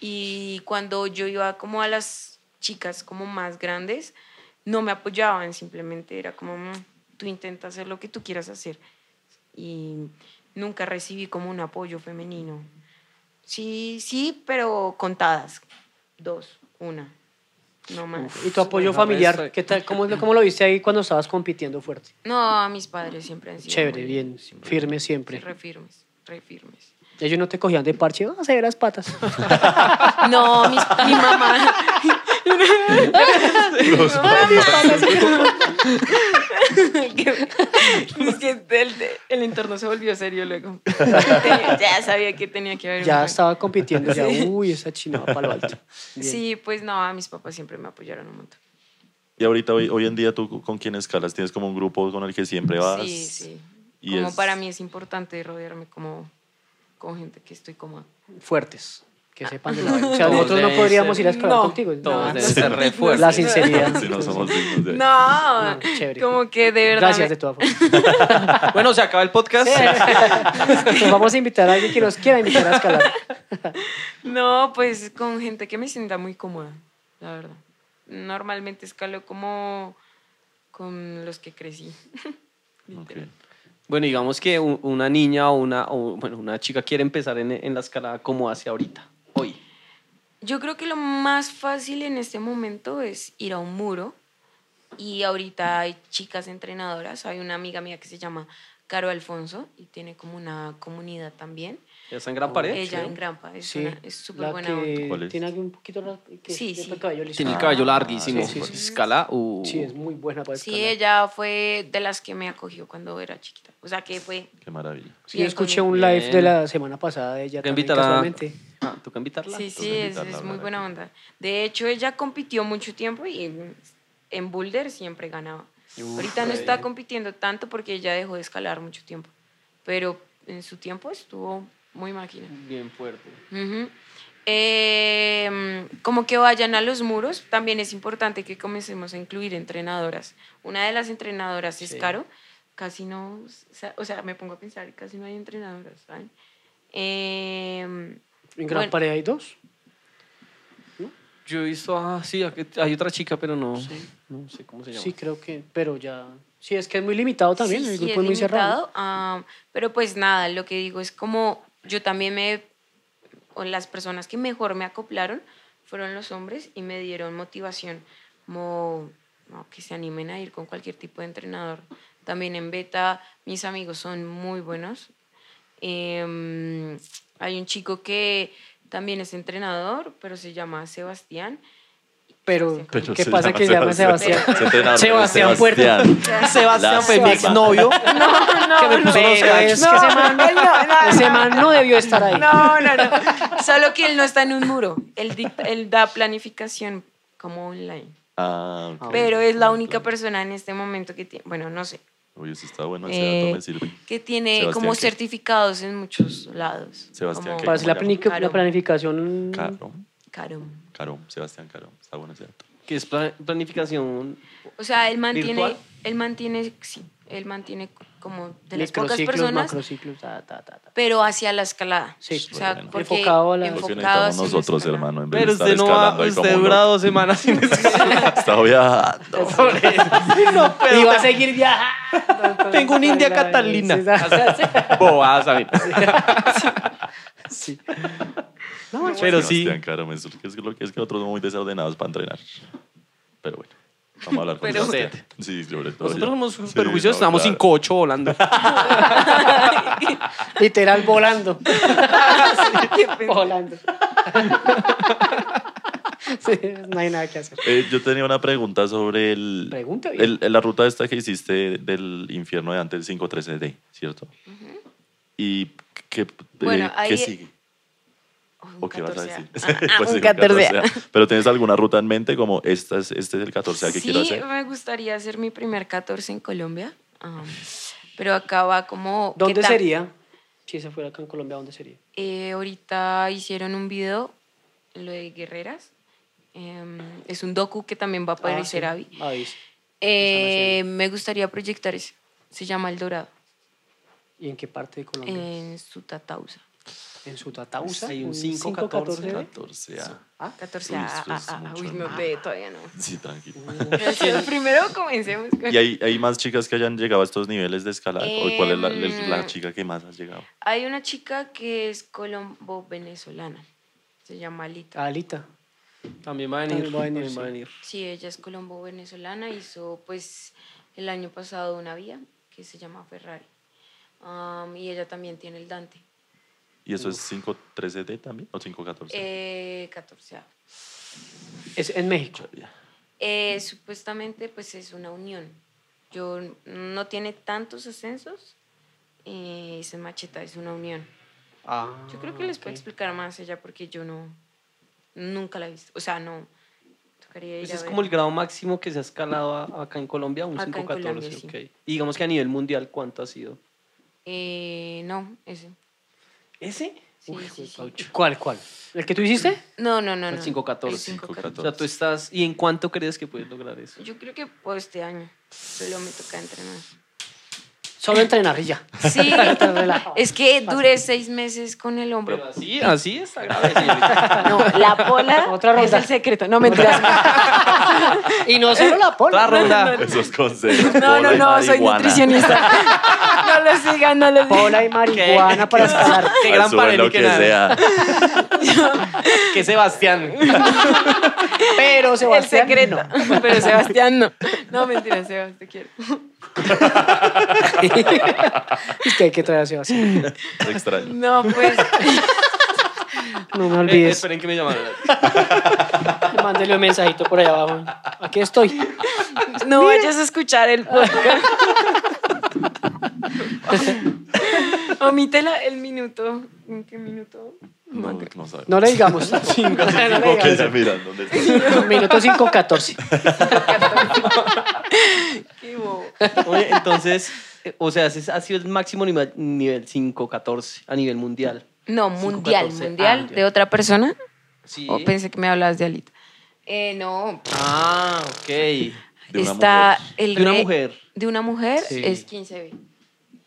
Speaker 4: Y cuando yo iba como a las chicas como más grandes, no me apoyaban, simplemente era como, "Mm, tú intenta hacer lo que tú quieras hacer. Y nunca recibí como un apoyo femenino. Sí, sí, pero contadas. Dos, una. No más.
Speaker 3: ¿Y tu apoyo
Speaker 2: Bueno,
Speaker 3: familiar?
Speaker 2: resto-
Speaker 3: ¿Qué tal? ¿Cómo, es lo- ¿Cómo lo viste ahí cuando estabas compitiendo fuerte?
Speaker 4: No, mis padres siempre han sido.
Speaker 3: Chévere,
Speaker 4: muy-
Speaker 3: bien, firme siempre.
Speaker 4: Refirmes, refirmes.
Speaker 3: Ellos no te cogían de parche, ah, se ve las patas.
Speaker 4: [LAUGHS] No, mis- mi mamá.
Speaker 1: Los
Speaker 4: es que el, el entorno se volvió serio luego. ya sabía que tenía que haber.
Speaker 3: ya
Speaker 4: una-
Speaker 3: estaba compitiendo, ya, uy, esa china va para lo alto. Bien.
Speaker 4: Sí, pues no, mis papás siempre me apoyaron un montón.
Speaker 1: Y ahorita, hoy, hoy en día, ¿tú con quién escalas? ¿Tienes como un grupo con el que siempre vas?
Speaker 4: Sí, sí.
Speaker 1: Y
Speaker 4: como
Speaker 1: es-
Speaker 4: para mí es importante rodearme como con gente que estoy como
Speaker 3: Fuertes. que sepan de la vaina. O sea,
Speaker 2: Todos
Speaker 3: nosotros no
Speaker 2: deben
Speaker 3: podríamos
Speaker 2: ser-
Speaker 3: ir a escalar
Speaker 4: No,
Speaker 3: contigo.
Speaker 2: Todos
Speaker 3: No,
Speaker 2: deben
Speaker 3: no.
Speaker 2: ser re fuertes.
Speaker 3: La
Speaker 1: [LAUGHS]
Speaker 3: sinceridad.
Speaker 1: Si no somos dignos de-
Speaker 4: No,
Speaker 3: No, chévere.
Speaker 4: como que de verdad.
Speaker 3: Gracias de
Speaker 4: me-
Speaker 3: todas formas.
Speaker 2: Bueno, se acaba el podcast.
Speaker 3: Nos vamos a invitar a alguien que nos quiera invitar a escalar.
Speaker 4: No, pues con gente que me sienta muy cómoda, la verdad. Normalmente escalo como con los que crecí.
Speaker 1: Ok.
Speaker 2: Bueno, digamos que u- una niña o una, o, bueno, una chica quiere empezar en, en la escalada como hace ahorita, hoy.
Speaker 4: Yo creo que lo más fácil en este momento es ir a un muro. Y ahorita hay chicas entrenadoras. Hay una amiga mía que se llama Caro Alfonso y tiene como una comunidad también.
Speaker 2: Ya está en gran pared.
Speaker 4: Ella
Speaker 2: creo.
Speaker 4: en Grampa. Es
Speaker 3: Sí,
Speaker 4: una- es súper
Speaker 3: la
Speaker 4: buena. onda.
Speaker 3: que
Speaker 1: ¿Cuál es?
Speaker 3: tiene aquí un poquito la, que
Speaker 4: Sí,
Speaker 3: tiene
Speaker 4: sí.
Speaker 3: el cabello liso.
Speaker 2: Tiene el
Speaker 1: Ah,
Speaker 2: cabello larguísimo.
Speaker 3: sí, sí, sí.
Speaker 2: Escala. uh,
Speaker 3: Sí, es muy buena para
Speaker 4: Sí,
Speaker 3: escalar.
Speaker 4: ella fue de las que me acogió cuando era chiquita. O sea que fue.
Speaker 1: Qué maravilla.
Speaker 3: Sí,
Speaker 4: bien
Speaker 3: escuché
Speaker 4: conmigo.
Speaker 3: un
Speaker 2: Bien.
Speaker 3: live de la semana pasada de ella
Speaker 2: Toca
Speaker 3: también,
Speaker 2: invitarla.
Speaker 3: casualmente.
Speaker 2: Ah, ¿Toca invitarla?
Speaker 4: Sí,
Speaker 1: Entonces,
Speaker 4: sí, es,
Speaker 1: invitarla a
Speaker 4: es muy
Speaker 1: hablar
Speaker 4: buena
Speaker 1: aquí.
Speaker 4: onda. De hecho, ella compitió mucho tiempo y en, en Boulder siempre ganaba.
Speaker 2: Uf,
Speaker 4: Ahorita no
Speaker 2: ahí.
Speaker 4: está compitiendo tanto porque ella dejó de escalar mucho tiempo. Pero en su tiempo estuvo muy máquina.
Speaker 2: Bien fuerte.
Speaker 4: Ujú. Eh, como que vayan a los muros, también es importante que comencemos a incluir entrenadoras. Una de las entrenadoras
Speaker 2: Sí.
Speaker 4: es Caro, casi no, sa- o sea, me pongo a pensar, casi no hay entrenadoras, ¿saben? Eh,
Speaker 3: En Gran
Speaker 4: Bueno.
Speaker 3: Pared hay dos.
Speaker 2: Yo he visto, ah, sí, aquí- hay otra chica, pero no, no sé cómo se llama.
Speaker 3: Sí, creo que, pero ya... Sí, es que es muy limitado también,
Speaker 4: Sí,
Speaker 3: el
Speaker 4: sí,
Speaker 3: grupo
Speaker 4: es
Speaker 3: es, muy cerrado.
Speaker 4: limitado, ah, pero pues nada, lo que digo es como yo también me, o las personas que mejor me acoplaron fueron los hombres y me dieron motivación, como no, que se animen a ir con cualquier tipo de entrenador. También en beta mis amigos son muy buenos. Em, hay un chico que también es entrenador, pero se llama
Speaker 3: [LAUGHS]
Speaker 4: Sebastián.
Speaker 3: Pero,
Speaker 1: Pero
Speaker 3: ¿qué
Speaker 1: se
Speaker 3: pasa
Speaker 1: llama
Speaker 3: que se llama
Speaker 1: Sebastián.
Speaker 3: Sebastián?
Speaker 1: [LAUGHS] Se entrenador,
Speaker 3: Sebastián Puerto.
Speaker 2: Sebastián
Speaker 1: La
Speaker 2: fue mi
Speaker 1: misma.
Speaker 2: exnovio.
Speaker 4: No, no,
Speaker 2: que me puso los
Speaker 3: Pero es
Speaker 2: cachos.
Speaker 3: que ese man no, ese man no debió estar ahí.
Speaker 4: [LAUGHS] No, no, no. Solo que él no está en un muro. Él, dicta- él da planificación como online.
Speaker 1: Ah, ok.
Speaker 4: Pero es la única persona en este momento que tiene, bueno, no sé,
Speaker 1: Uy, eso está bueno. ese
Speaker 4: Eh,
Speaker 1: dato me sirve.
Speaker 4: que tiene
Speaker 1: Sebastián,
Speaker 4: como
Speaker 1: ¿qué?
Speaker 4: certificados en muchos lados.
Speaker 1: Sebastián,
Speaker 4: Como-
Speaker 1: ¿qué?
Speaker 3: Para hacer la,
Speaker 1: ¿Cómo
Speaker 3: planific-
Speaker 4: llama?
Speaker 3: la planificación...
Speaker 1: Caro.
Speaker 4: Caro.
Speaker 1: Caro. Sebastián Caro. Está bueno ese dato.
Speaker 2: Que es pla- planificación.
Speaker 4: O sea, él mantiene,
Speaker 2: ¿Virtual?
Speaker 4: él mantiene, sí, él mantiene como de las pocas
Speaker 3: Microciclos,
Speaker 4: personas,
Speaker 3: macrociclos, ta, ta, ta, ta.
Speaker 4: pero hacia la escalada.
Speaker 3: Sí.
Speaker 4: O sea,
Speaker 1: Bueno.
Speaker 4: porque
Speaker 3: Enfocado a la-
Speaker 1: Lo que
Speaker 4: enfocado
Speaker 1: necesitamos
Speaker 4: hacia la
Speaker 1: nosotros,
Speaker 4: escalada. [LAUGHS]
Speaker 1: hermano, en vez de
Speaker 2: Pero
Speaker 1: estar
Speaker 2: usted no va,
Speaker 1: escalando ahí
Speaker 2: usted
Speaker 1: como
Speaker 2: dura
Speaker 1: uno.
Speaker 2: dos semanas
Speaker 3: [LAUGHS]
Speaker 2: sin escalar.
Speaker 1: [LAUGHS] Está viajando.
Speaker 2: no,
Speaker 3: y va
Speaker 2: pero
Speaker 3: a seguir viajando.
Speaker 2: tengo una india Catalina.
Speaker 3: Sí, sí,
Speaker 2: bobadas, a mí.
Speaker 3: sí.
Speaker 2: [LAUGHS] Pero sí,
Speaker 1: Sebastián Caro, me surge- es que, lo que, es que nosotros somos muy desordenados para entrenar. Pero bueno, vamos a hablar con
Speaker 2: Pero-
Speaker 1: Sebastián. Sí, sobre todo.
Speaker 2: nosotros
Speaker 1: yo.
Speaker 2: somos
Speaker 1: Sí,
Speaker 2: súper juiciosos,
Speaker 1: no,
Speaker 2: estamos
Speaker 1: claro.
Speaker 2: sin
Speaker 1: [LAUGHS]
Speaker 2: cocho volando.
Speaker 3: Literal [LAUGHS] volando.
Speaker 4: [LAUGHS]
Speaker 3: volando. [LAUGHS] Sí, no hay nada que hacer.
Speaker 1: Eh, yo tenía una pregunta sobre el,
Speaker 3: Pregunta bien.
Speaker 1: el- el- la ruta esta que hiciste del infierno de antes del 513D, ¿cierto? ¿Y qué, eh,
Speaker 4: Bueno, ahí-
Speaker 1: qué sigue?
Speaker 4: Un
Speaker 1: ¿O qué vas a
Speaker 4: 14A.
Speaker 1: decir?
Speaker 4: Ah,
Speaker 1: [LAUGHS] Pues
Speaker 4: un
Speaker 1: sí,
Speaker 4: 14A.
Speaker 1: 14A. Pero ¿tienes alguna ruta en mente como esta es, este es el 14A que
Speaker 4: sí,
Speaker 1: quiero hacer?
Speaker 4: me gustaría hacer mi primer 14 en Colombia. ah, pero acaba como... que
Speaker 3: ¿Dónde
Speaker 4: tam-
Speaker 3: sería? Si se fuera acá en Colombia, ¿dónde sería?
Speaker 4: eh, ahorita hicieron un video, lo de Guerreras. em, es un docu que también va a aparecer
Speaker 3: Ah, sí.
Speaker 4: Avi.
Speaker 3: Avi, sí.
Speaker 4: Eh, me gustaría proyectar ese. Se llama El Dorado,
Speaker 3: ¿Y en qué parte de Colombia?
Speaker 4: en Sutatausa.
Speaker 3: ¿En Sutatausa?
Speaker 2: Sí, un
Speaker 3: ¿Un
Speaker 2: 5,
Speaker 3: 5, 14,
Speaker 2: 14,
Speaker 1: 14A.
Speaker 4: 14
Speaker 1: Uy,
Speaker 4: ah,
Speaker 1: eso es
Speaker 4: ah, ah,
Speaker 1: mucho,
Speaker 4: Uy, no,
Speaker 1: hermano.
Speaker 4: de- todavía no.
Speaker 1: Sí, tranquilo.
Speaker 4: Entonces, primero comencemos con...
Speaker 1: [LAUGHS] ¿Y hay, hay más chicas que hayan llegado a estos niveles de escalar? ¿O cuál es la,
Speaker 4: Em,
Speaker 1: la chica que más ha llegado?
Speaker 4: Hay una chica que es colombo-venezolana. Se llama Alita.
Speaker 3: Alita.
Speaker 2: También va a venir.
Speaker 3: venir,
Speaker 2: También
Speaker 3: sí.
Speaker 2: va a venir.
Speaker 4: Sí, ella es colombo-venezolana, hizo pues el año pasado una vía que se llama Ferrari. Am, y ella también tiene el Dante,
Speaker 1: ¿Y eso es 513D también? ¿O 514?
Speaker 4: eh, 14.
Speaker 3: Es en México.
Speaker 4: [LAUGHS] Eh, supuestamente pues es una unión. Yo no tiene tantos ascensos. eh, Es en Macheta, es una unión.
Speaker 3: Ah,
Speaker 4: Yo creo que les puedo
Speaker 3: ok.
Speaker 4: explicar más ella porque yo no, nunca la he visto. O sea, no, tocaría ir
Speaker 2: Ese Pues
Speaker 4: a
Speaker 2: es
Speaker 4: ver.
Speaker 2: como el grado máximo que se ha escalado a- acá en Colombia, un
Speaker 4: Acá en
Speaker 2: 514.
Speaker 4: Colombia, sí.
Speaker 2: ok. Y digamos que a nivel mundial, ¿cuánto ha sido?
Speaker 4: Eh, no, ese.
Speaker 2: ¿Ese?
Speaker 4: Sí, sí, sí.
Speaker 3: ¿Cuál, cuál? ¿El que tú hiciste?
Speaker 4: No, no, no.
Speaker 2: El
Speaker 4: no.
Speaker 2: 5-14.
Speaker 4: El 5-14.
Speaker 2: O sea, tú estás. ¿Y en cuánto crees que puedes lograr eso?
Speaker 4: Yo creo que puedo este año. Solo me toca entrenar.
Speaker 3: Solo entrenar y ya.
Speaker 4: [LAUGHS] Sí,
Speaker 3: Relajado.
Speaker 4: es que duré seis meses con el hombro.
Speaker 2: Pero así, así está grave, señorita.
Speaker 4: [LAUGHS] No, la pola
Speaker 3: [LAUGHS] Otra
Speaker 4: es
Speaker 3: ronda.
Speaker 4: el secreto. No, mentiras. [LAUGHS]
Speaker 3: Y no solo la
Speaker 2: Otra
Speaker 3: pola.
Speaker 2: ronda.
Speaker 1: [LAUGHS] Esos consejos.
Speaker 4: No, no,
Speaker 1: Pola y
Speaker 4: no, soy
Speaker 1: marihuana.
Speaker 4: [LAUGHS] nutricionista. No lo sigan, no lo sigan.
Speaker 2: [LAUGHS]
Speaker 3: Pola y marihuana para escalar.
Speaker 2: Qué gran
Speaker 1: Sube
Speaker 2: panel
Speaker 1: lo
Speaker 2: y
Speaker 1: que
Speaker 2: que
Speaker 1: sea.
Speaker 2: nada. Que
Speaker 3: [LAUGHS]
Speaker 2: Sebastián.
Speaker 3: Pero
Speaker 4: El
Speaker 3: Sebastián,
Speaker 4: secreto.
Speaker 3: no.
Speaker 4: Pero Sebastián no. No, mentira, Sebastián, te quiero.
Speaker 3: [LAUGHS] es que hay que traer a Sebastián.
Speaker 1: Te extraño.
Speaker 4: No, pues.
Speaker 3: No me
Speaker 2: Eh,
Speaker 3: olvides.
Speaker 2: esperen que me llamaron.
Speaker 3: Mándele un mensajito por allá abajo. Aquí estoy.
Speaker 4: No vayas a escuchar el podcast. Omite la- el minuto. ¿En qué [LAUGHS] minuto?
Speaker 1: No, no sabes.
Speaker 3: No le [LAUGHS] digamos. No le
Speaker 1: Como que
Speaker 3: digamos.
Speaker 1: ya miran dónde está.
Speaker 3: Minuto 5.14.
Speaker 4: Qué bobo.
Speaker 2: Oye, entonces, eh, o sea, ese ha sido el máximo nivel, nivel 5-14 a nivel mundial.
Speaker 4: No,
Speaker 2: Cinco,
Speaker 4: mundial,
Speaker 2: catorce.
Speaker 4: mundial.
Speaker 2: Ah,
Speaker 4: ¿De otra persona?
Speaker 2: Sí.
Speaker 4: O pensé que me hablabas de Alita. Eh, no.
Speaker 2: Ah, ok.
Speaker 1: De una
Speaker 4: está
Speaker 1: mujer.
Speaker 4: el
Speaker 2: De una
Speaker 4: re-
Speaker 2: mujer.
Speaker 4: De una mujer
Speaker 2: Sí.
Speaker 4: es 15B.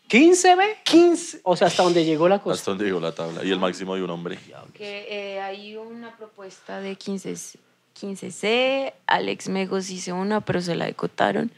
Speaker 3: 15 ve 15. O sea, hasta donde llegó la cosa.
Speaker 1: Hasta donde llegó la tabla. Y el máximo de un hombre.
Speaker 4: Que eh, hay una propuesta de 15, 15C. Alex Megos hizo una, pero se la decotaron.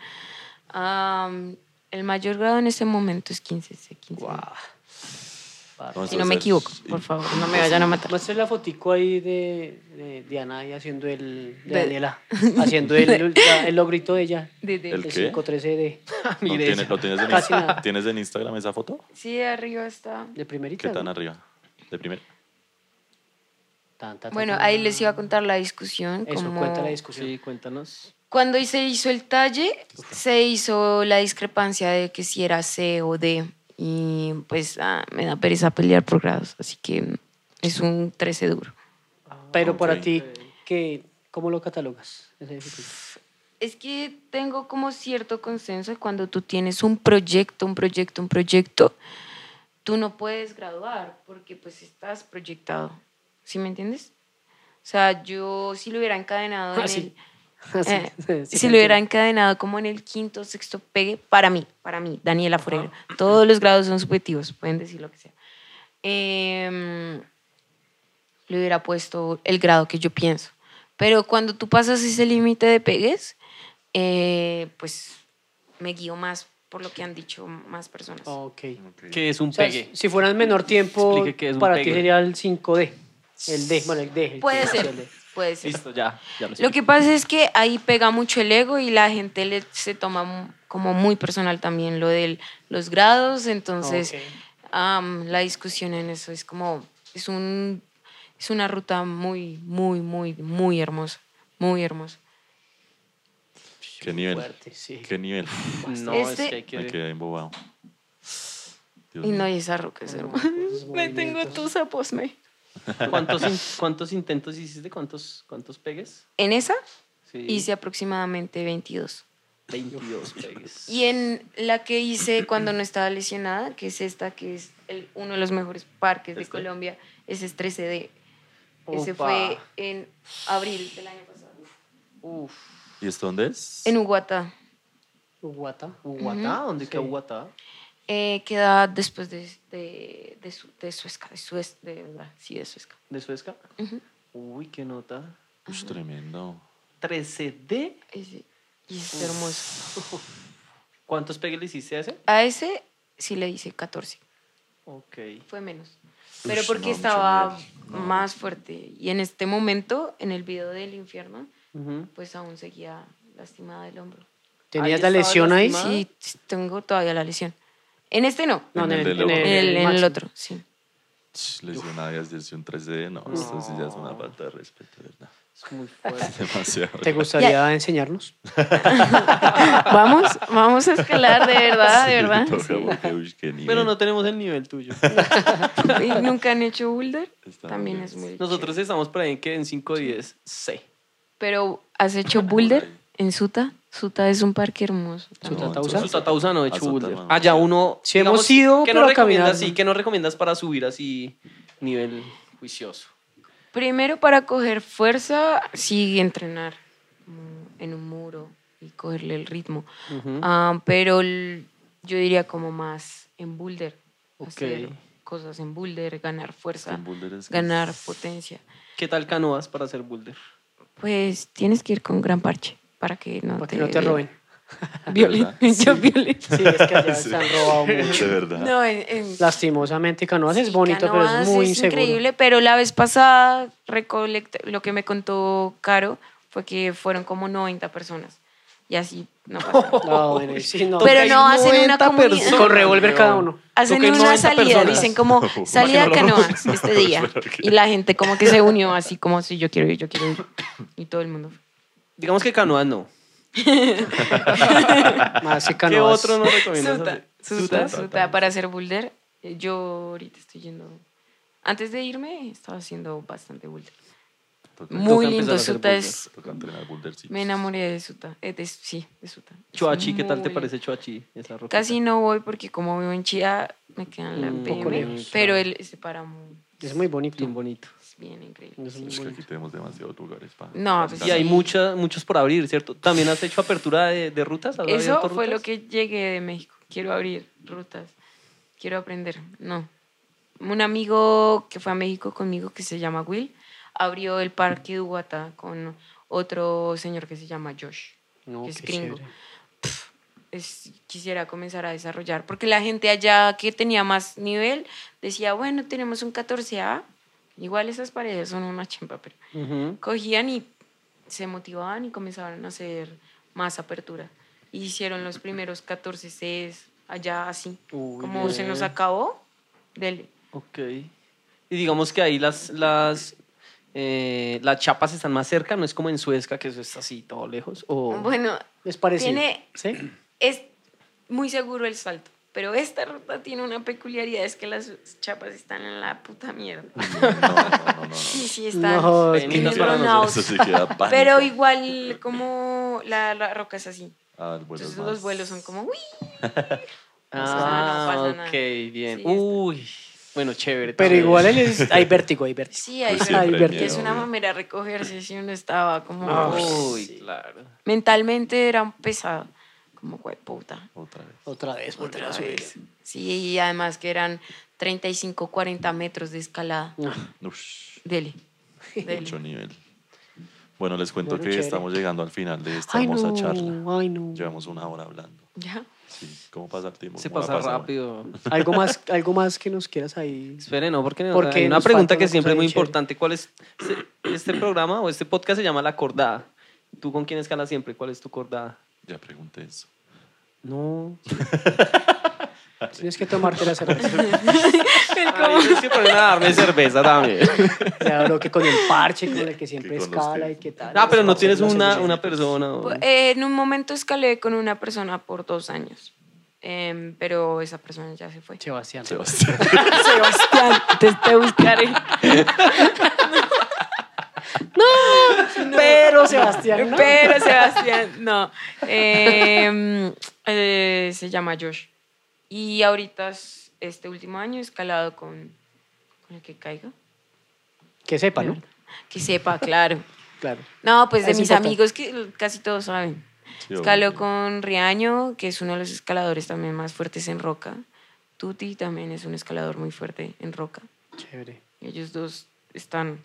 Speaker 4: Am, el mayor grado en ese momento es 15C. 15 Si no me
Speaker 1: Entonces,
Speaker 4: equivoco,
Speaker 1: y-
Speaker 4: por favor, no me vayan a matar.
Speaker 3: Muestre la fotico ahí de, de Diana ahí haciendo el. De [LAUGHS]
Speaker 4: De-
Speaker 3: Daniela. Haciendo el, el logrito de ella.
Speaker 4: De- de-
Speaker 1: ¿El
Speaker 3: El
Speaker 1: qué?
Speaker 3: 513 de,
Speaker 1: ¿No
Speaker 2: Mire
Speaker 1: tiene-
Speaker 2: esa.
Speaker 1: ¿Lo tienes en,
Speaker 3: Casi
Speaker 1: Insta-
Speaker 3: nada.
Speaker 1: ¿Tienes en Instagram esa foto?
Speaker 4: Sí, arriba está.
Speaker 3: de primerita.
Speaker 1: ¿Qué tan
Speaker 3: ¿no?
Speaker 1: arriba? De primera.
Speaker 3: Tan, tan, tan,
Speaker 4: Bueno,
Speaker 3: tan.
Speaker 4: ahí les iba a contar la discusión.
Speaker 3: Eso,
Speaker 4: como-
Speaker 3: cuenta la discusión.
Speaker 2: Sí, cuéntanos.
Speaker 4: Cuando se hizo el talle, se hizo la discrepancia de que si era C o D. Y pues ah, me da pereza pelear por grados. Así que es un 13 duro.
Speaker 3: Pero para
Speaker 1: Ok.
Speaker 3: ti, ¿qué, ¿cómo lo catalogas? Ese dificultad.
Speaker 4: Es que tengo como cierto consenso de cuando tú tienes un proyecto, un proyecto, un proyecto, tú no puedes graduar porque pues estás proyectado. ¿Sí me entiendes? O sea, yo si lo hubiera encadenado en
Speaker 3: Ah, sí.
Speaker 4: el- [LAUGHS]
Speaker 3: Así,
Speaker 4: Eh,
Speaker 3: sí,
Speaker 4: si
Speaker 3: sí,
Speaker 4: lo hubiera encadenado como en el quinto, sexto pegue, para mí, para mí, Daniela Forero. Todos los grados son subjetivos, pueden decir lo que sea. Em, le hubiera puesto el grado que yo pienso. Pero cuando tú pasas ese límite de pegues, eh, pues me guío más por lo que han dicho más personas.
Speaker 3: Ok.
Speaker 2: ¿Qué es un
Speaker 3: O sea,
Speaker 2: pegue?
Speaker 3: si fuera en menor tiempo,
Speaker 2: Explique qué es un
Speaker 3: para ti
Speaker 2: pegue.
Speaker 3: sería el 5D. El D, bueno, el D. el
Speaker 4: Puede
Speaker 3: que-
Speaker 4: ser,
Speaker 3: el D.
Speaker 4: puede ser.
Speaker 2: Listo, ya. ya lo,
Speaker 4: Lo
Speaker 2: expliqué.
Speaker 4: que pasa es que ahí pega mucho el ego y la gente le, se toma mu- como muy personal también lo de los grados, entonces
Speaker 3: Ok.
Speaker 4: am, la discusión en eso es como, es, un, es una ruta muy, muy, muy, muy hermosa, muy hermosa.
Speaker 1: ¿Qué nivel?
Speaker 3: Fuerte, sí.
Speaker 1: ¿Qué nivel?
Speaker 2: No, es
Speaker 4: Este-
Speaker 2: que hay que...
Speaker 1: Me quedé embobado. Dios
Speaker 4: Y
Speaker 1: mío.
Speaker 4: no, y esa ruca es hermosa.
Speaker 3: Esos
Speaker 4: Me tengo
Speaker 3: movimientos.
Speaker 4: tus sapos, me.
Speaker 2: ¿Cuántos, in- cuántos intentos hiciste? ¿Cuántos, cuántos pegues?
Speaker 4: En esa
Speaker 2: Sí.
Speaker 4: hice aproximadamente 22.
Speaker 2: 22 pegues.
Speaker 4: Y en la que hice cuando no estaba lesionada, que es esta, que es el- uno de los mejores parques de
Speaker 2: ¿Este?
Speaker 4: Colombia, ese es 13D. Ese
Speaker 2: Opa.
Speaker 4: fue en abril del año pasado.
Speaker 2: Uf.
Speaker 1: ¿Y esto dónde es?
Speaker 4: En Uguata.
Speaker 3: Uguata.
Speaker 2: ¿Uguatá? ¿Dónde queda
Speaker 3: Sí.
Speaker 2: Uguatá?
Speaker 4: Eh, queda después de, de, de, Su- de Suezca. De Suez, de, verdad, sí, de Suezca.
Speaker 2: ¿De Suezca?
Speaker 4: Ujú.
Speaker 2: Uy, qué nota.
Speaker 1: Ush, tremendo.
Speaker 2: 13D.
Speaker 4: Ese- y es hermoso.
Speaker 2: ¿Cuántos pegues le hiciste a ese?
Speaker 4: A ese sí le hice 14.
Speaker 2: Ok.
Speaker 4: Fue menos.
Speaker 1: Ush,
Speaker 4: Pero porque
Speaker 1: no, mucho
Speaker 4: estaba
Speaker 1: nivel. No.
Speaker 4: más fuerte. Y en este momento, en el video del infierno,
Speaker 2: Ujú.
Speaker 4: pues aún seguía lastimada del hombro.
Speaker 3: ¿Tenías
Speaker 2: Ahí
Speaker 3: la
Speaker 2: estaba
Speaker 3: lesión ahí?
Speaker 1: Ah.
Speaker 2: lastimada.
Speaker 4: Sí, t- tengo todavía la lesión. En este no,
Speaker 3: No, en
Speaker 1: En
Speaker 3: el,
Speaker 1: el del
Speaker 3: en
Speaker 1: otro.
Speaker 4: en el, en el
Speaker 3: máximo.
Speaker 4: otro, sí. [LAUGHS]
Speaker 1: Ch, Lesionada y ascensión 3D. No, esto sí ya es una falta de respeto, ¿verdad? [LAUGHS]
Speaker 2: Es muy fuerte.
Speaker 1: Demasiado.
Speaker 3: ¿Te gustaría enseñarnos?
Speaker 4: Vamos, vamos a escalar, de verdad, Ah, de verdad.
Speaker 1: Sí, [LAUGHS] toca, porque, uy, qué nivel.
Speaker 2: Pero no tenemos el nivel tuyo.
Speaker 4: Y nunca han hecho boulder,
Speaker 1: Está
Speaker 4: también
Speaker 1: bien.
Speaker 4: es muy
Speaker 2: Nosotros
Speaker 4: chévere.
Speaker 2: estamos por ahí en que en 5 o 10 C.
Speaker 4: Pero, ¿has hecho boulder en Suta? Suta es un parque hermoso. también.
Speaker 1: No,
Speaker 3: Tatausa?
Speaker 1: entonces-
Speaker 2: Tatausa no he hecho
Speaker 1: Tatausa
Speaker 2: boulder.
Speaker 1: no.
Speaker 2: Allá uno.
Speaker 3: Sí hemos ido,
Speaker 2: ¿Qué
Speaker 3: pero
Speaker 2: nos
Speaker 3: a caminar,
Speaker 2: recomiendas?
Speaker 3: ¿no?
Speaker 2: Sí, ¿qué nos recomiendas para subir así nivel juicioso?
Speaker 4: Primero para coger fuerza, sí, entrenar como en un muro y cogerle el ritmo.
Speaker 2: Ujú.
Speaker 4: Ah, pero el- yo diría como más en boulder. Hacer
Speaker 2: Ok.
Speaker 4: cosas en boulder, ganar fuerza,
Speaker 1: En boulder es que
Speaker 4: ganar
Speaker 1: es-
Speaker 4: potencia.
Speaker 2: ¿Qué tal canoas para hacer boulder?
Speaker 4: Pues tienes que ir con gran parche para que no,
Speaker 3: Para
Speaker 4: te,
Speaker 3: que no te roben.
Speaker 4: [LAUGHS] Violen.
Speaker 1: ¿Verdad?
Speaker 4: Yo violen.
Speaker 3: [LAUGHS] Sí, es que
Speaker 1: [LAUGHS]
Speaker 3: allá
Speaker 1: Sí.
Speaker 3: se han robado mucho.
Speaker 1: De verdad.
Speaker 4: No, en- en-
Speaker 3: Lastimosamente, Canoas es
Speaker 4: Sí,
Speaker 3: bonito, pero es
Speaker 4: Canoas
Speaker 3: muy
Speaker 4: es
Speaker 3: inseguro.
Speaker 4: increíble, pero la vez pasada recolecta, lo que me contó Caro fue que fueron como 90 personas. Y así no pasa nada.
Speaker 3: No, bueno, y sí, no.
Speaker 4: Oh. Pero no hacen una
Speaker 2: 90
Speaker 4: comunidad.
Speaker 2: personas,
Speaker 3: Con revólver
Speaker 2: weón.
Speaker 3: cada uno.
Speaker 4: Hacen
Speaker 2: Toqué
Speaker 4: una
Speaker 2: 90
Speaker 4: salida,
Speaker 2: personas.
Speaker 4: dicen como
Speaker 1: Para que
Speaker 4: salida a
Speaker 1: no lo
Speaker 4: Canoas
Speaker 1: roben.
Speaker 4: este día.
Speaker 1: Claro que-
Speaker 4: Y la gente como que se unió así como si yo quiero ir, yo quiero ir. Y todo el mundo.
Speaker 2: Digamos que canoas no.
Speaker 3: Más si
Speaker 2: ¿Qué
Speaker 3: Canoas.
Speaker 2: otro nos recomiendas?
Speaker 4: Suta,
Speaker 2: hacer?
Speaker 4: suta,
Speaker 1: Suta,
Speaker 4: suta
Speaker 1: suta.
Speaker 4: para hacer boulder. Eh, Yo ahorita estoy yendo. Antes de irme estaba haciendo bastante boulder.
Speaker 1: Toca-
Speaker 4: Muy
Speaker 2: empezar a
Speaker 4: lindo,
Speaker 2: hacer
Speaker 4: Suta
Speaker 2: boulder.
Speaker 4: es
Speaker 1: toca entrenar boulder, sí.
Speaker 4: Me enamoré de Suta. eh, de- sí, de Suta. Es
Speaker 2: Choachi, ¿qué tal te
Speaker 4: muy-
Speaker 2: parece Choachi? Esa roquita?
Speaker 4: Casi no voy porque como vivo en Chía, me quedan la
Speaker 2: Un
Speaker 3: poco
Speaker 4: PM.
Speaker 2: Mm, lejos. Ah.
Speaker 4: Pero él se para muy
Speaker 3: Es muy bonito.
Speaker 2: Bien bonito.
Speaker 4: es bien increíble.
Speaker 3: Es muy
Speaker 1: Es que aquí
Speaker 3: bonito.
Speaker 1: tenemos demasiados lugares para.
Speaker 4: No, pues
Speaker 2: Y hay
Speaker 4: Sí.
Speaker 2: muchas, muchos por abrir, ¿cierto? ¿También has hecho apertura de, de rutas? ¿Has
Speaker 4: Eso
Speaker 2: abierto
Speaker 4: fue
Speaker 2: rutas?
Speaker 4: lo que llegué de México. Quiero abrir rutas. Quiero aprender. No. Un amigo que fue a México conmigo que se llama Will abrió el parque de Uguata con otro señor que se llama Josh.
Speaker 3: No,
Speaker 4: que es
Speaker 3: qué
Speaker 4: gringo.
Speaker 3: chévere.
Speaker 4: es- quisiera comenzar a desarrollar, porque la gente allá que tenía más nivel decía, bueno, tenemos un 14A, igual esas paredes son una chimpa, pero
Speaker 2: Ujú.
Speaker 4: cogían y se motivaban y comenzaban a hacer más apertura. Y hicieron los primeros 14Cs allá así,
Speaker 2: Uy,
Speaker 4: como se
Speaker 2: bien.
Speaker 4: nos acabó, dele.
Speaker 2: Ok. Y digamos que ahí las, las, eh, las chapas están más cerca, no es como en Suezca, que eso es así, todo lejos.
Speaker 1: Oh.
Speaker 2: O...
Speaker 4: Bueno,
Speaker 3: Es parecido.
Speaker 4: Tiene-
Speaker 3: ¿Sí?
Speaker 4: es muy seguro el salto. Pero esta ruta tiene una peculiaridad, es que las chapas están en la puta mierda.
Speaker 1: No, no, no, no, no.
Speaker 4: Sí, sí, están.
Speaker 3: No, es
Speaker 2: Benditas
Speaker 3: que-
Speaker 4: para
Speaker 1: Eso-
Speaker 4: nosotros.
Speaker 1: Eso sí queda pánico.
Speaker 4: [LAUGHS] Pero igual, como la, la roca es así.
Speaker 1: Ah, el vuelo es
Speaker 4: Entonces
Speaker 1: más-
Speaker 4: los vuelos son como, uy,
Speaker 2: Ah,
Speaker 4: no pasa nada.
Speaker 2: ok, bien.
Speaker 4: Sí, está.
Speaker 2: Uy, bueno, chévere.
Speaker 3: Pero
Speaker 2: también.
Speaker 3: igual
Speaker 1: [LAUGHS]
Speaker 3: él es- hay vértigo, hay vértigo.
Speaker 4: sí, ahí
Speaker 1: Pues
Speaker 4: va".
Speaker 1: siempre
Speaker 3: Ay,
Speaker 1: hay
Speaker 4: Y es
Speaker 1: miedo,
Speaker 4: una
Speaker 1: obvio.
Speaker 4: mamera recogerse si uno estaba como.
Speaker 3: Ah,
Speaker 2: Uy,
Speaker 4: "Uy".
Speaker 2: claro.
Speaker 4: Mentalmente era un pesado. Como, güey, puta.
Speaker 1: Otra vez.
Speaker 3: Otra vez, otra,
Speaker 4: otra
Speaker 3: vez.
Speaker 4: vez". Sí, y además que eran 35, 40 metros de escalada.
Speaker 3: Ah.
Speaker 1: Ush,
Speaker 3: [LAUGHS]
Speaker 4: Dele. Dele.
Speaker 1: mucho nivel. Bueno, les cuento
Speaker 3: Bueno,
Speaker 1: que
Speaker 3: chévere.
Speaker 1: estamos llegando al final de esta
Speaker 3: Ay,
Speaker 1: hermosa charla.
Speaker 3: no, ay, no.
Speaker 1: Llevamos una hora hablando.
Speaker 3: [LAUGHS]
Speaker 4: ¿Ya?
Speaker 1: Sí, ¿Cómo pasa el tiempo?
Speaker 2: Se
Speaker 1: ¿Cómo la
Speaker 2: pasa
Speaker 1: pasamos?
Speaker 2: rápido.
Speaker 3: Algo más, algo más que nos quieras ahí.
Speaker 2: Espere, no, porque,
Speaker 3: Porque
Speaker 2: hay una
Speaker 3: nos
Speaker 2: pregunta
Speaker 3: falta
Speaker 2: que
Speaker 3: una
Speaker 2: siempre
Speaker 3: cosa
Speaker 2: es muy
Speaker 3: bien chévere.
Speaker 2: importante. ¿Cuál es se- este programa o este podcast se llama La Cordada? ¿Tú con quién escalas siempre? ¿Cuál es tu cordada?
Speaker 1: Ya pregunté eso.
Speaker 2: No.
Speaker 3: Tienes que tomarte la cerveza.
Speaker 2: Tienes que poner a darme cerveza también.
Speaker 4: [LAUGHS]
Speaker 3: Ya habló que con el parche, con el que siempre
Speaker 1: Que con los
Speaker 3: escala
Speaker 1: que-
Speaker 3: y qué tal.
Speaker 2: Ah, pero no tienes
Speaker 3: La
Speaker 2: una,
Speaker 3: cerveza.
Speaker 2: una persona. o-
Speaker 4: Pues, eh, en un momento escalé con una persona por dos años. Em, pero esa persona ya se fue.
Speaker 3: Sebastián.
Speaker 1: [LAUGHS]
Speaker 3: [LAUGHS]
Speaker 1: Sebastián.
Speaker 4: Sebastián, te, te buscaré.
Speaker 2: [LAUGHS]
Speaker 3: Pero Sebastián, ¿no? [LAUGHS]
Speaker 4: Pero Sebastián, no. Eh, eh, se llama Josh. Y ahorita, es- este último año, he escalado con, con el que caiga.
Speaker 3: Que sepa, ¿no?
Speaker 4: Que sepa, claro.
Speaker 3: Claro.
Speaker 4: No, pues de
Speaker 3: Es
Speaker 4: mis
Speaker 3: importante.
Speaker 4: amigos, que casi todos saben.
Speaker 1: Sí,
Speaker 4: Escaló
Speaker 1: obvio.
Speaker 4: con Riaño, que es uno de los escaladores también más fuertes en roca. Tuti también es un escalador muy fuerte en roca.
Speaker 3: Chévere.
Speaker 4: Ellos dos están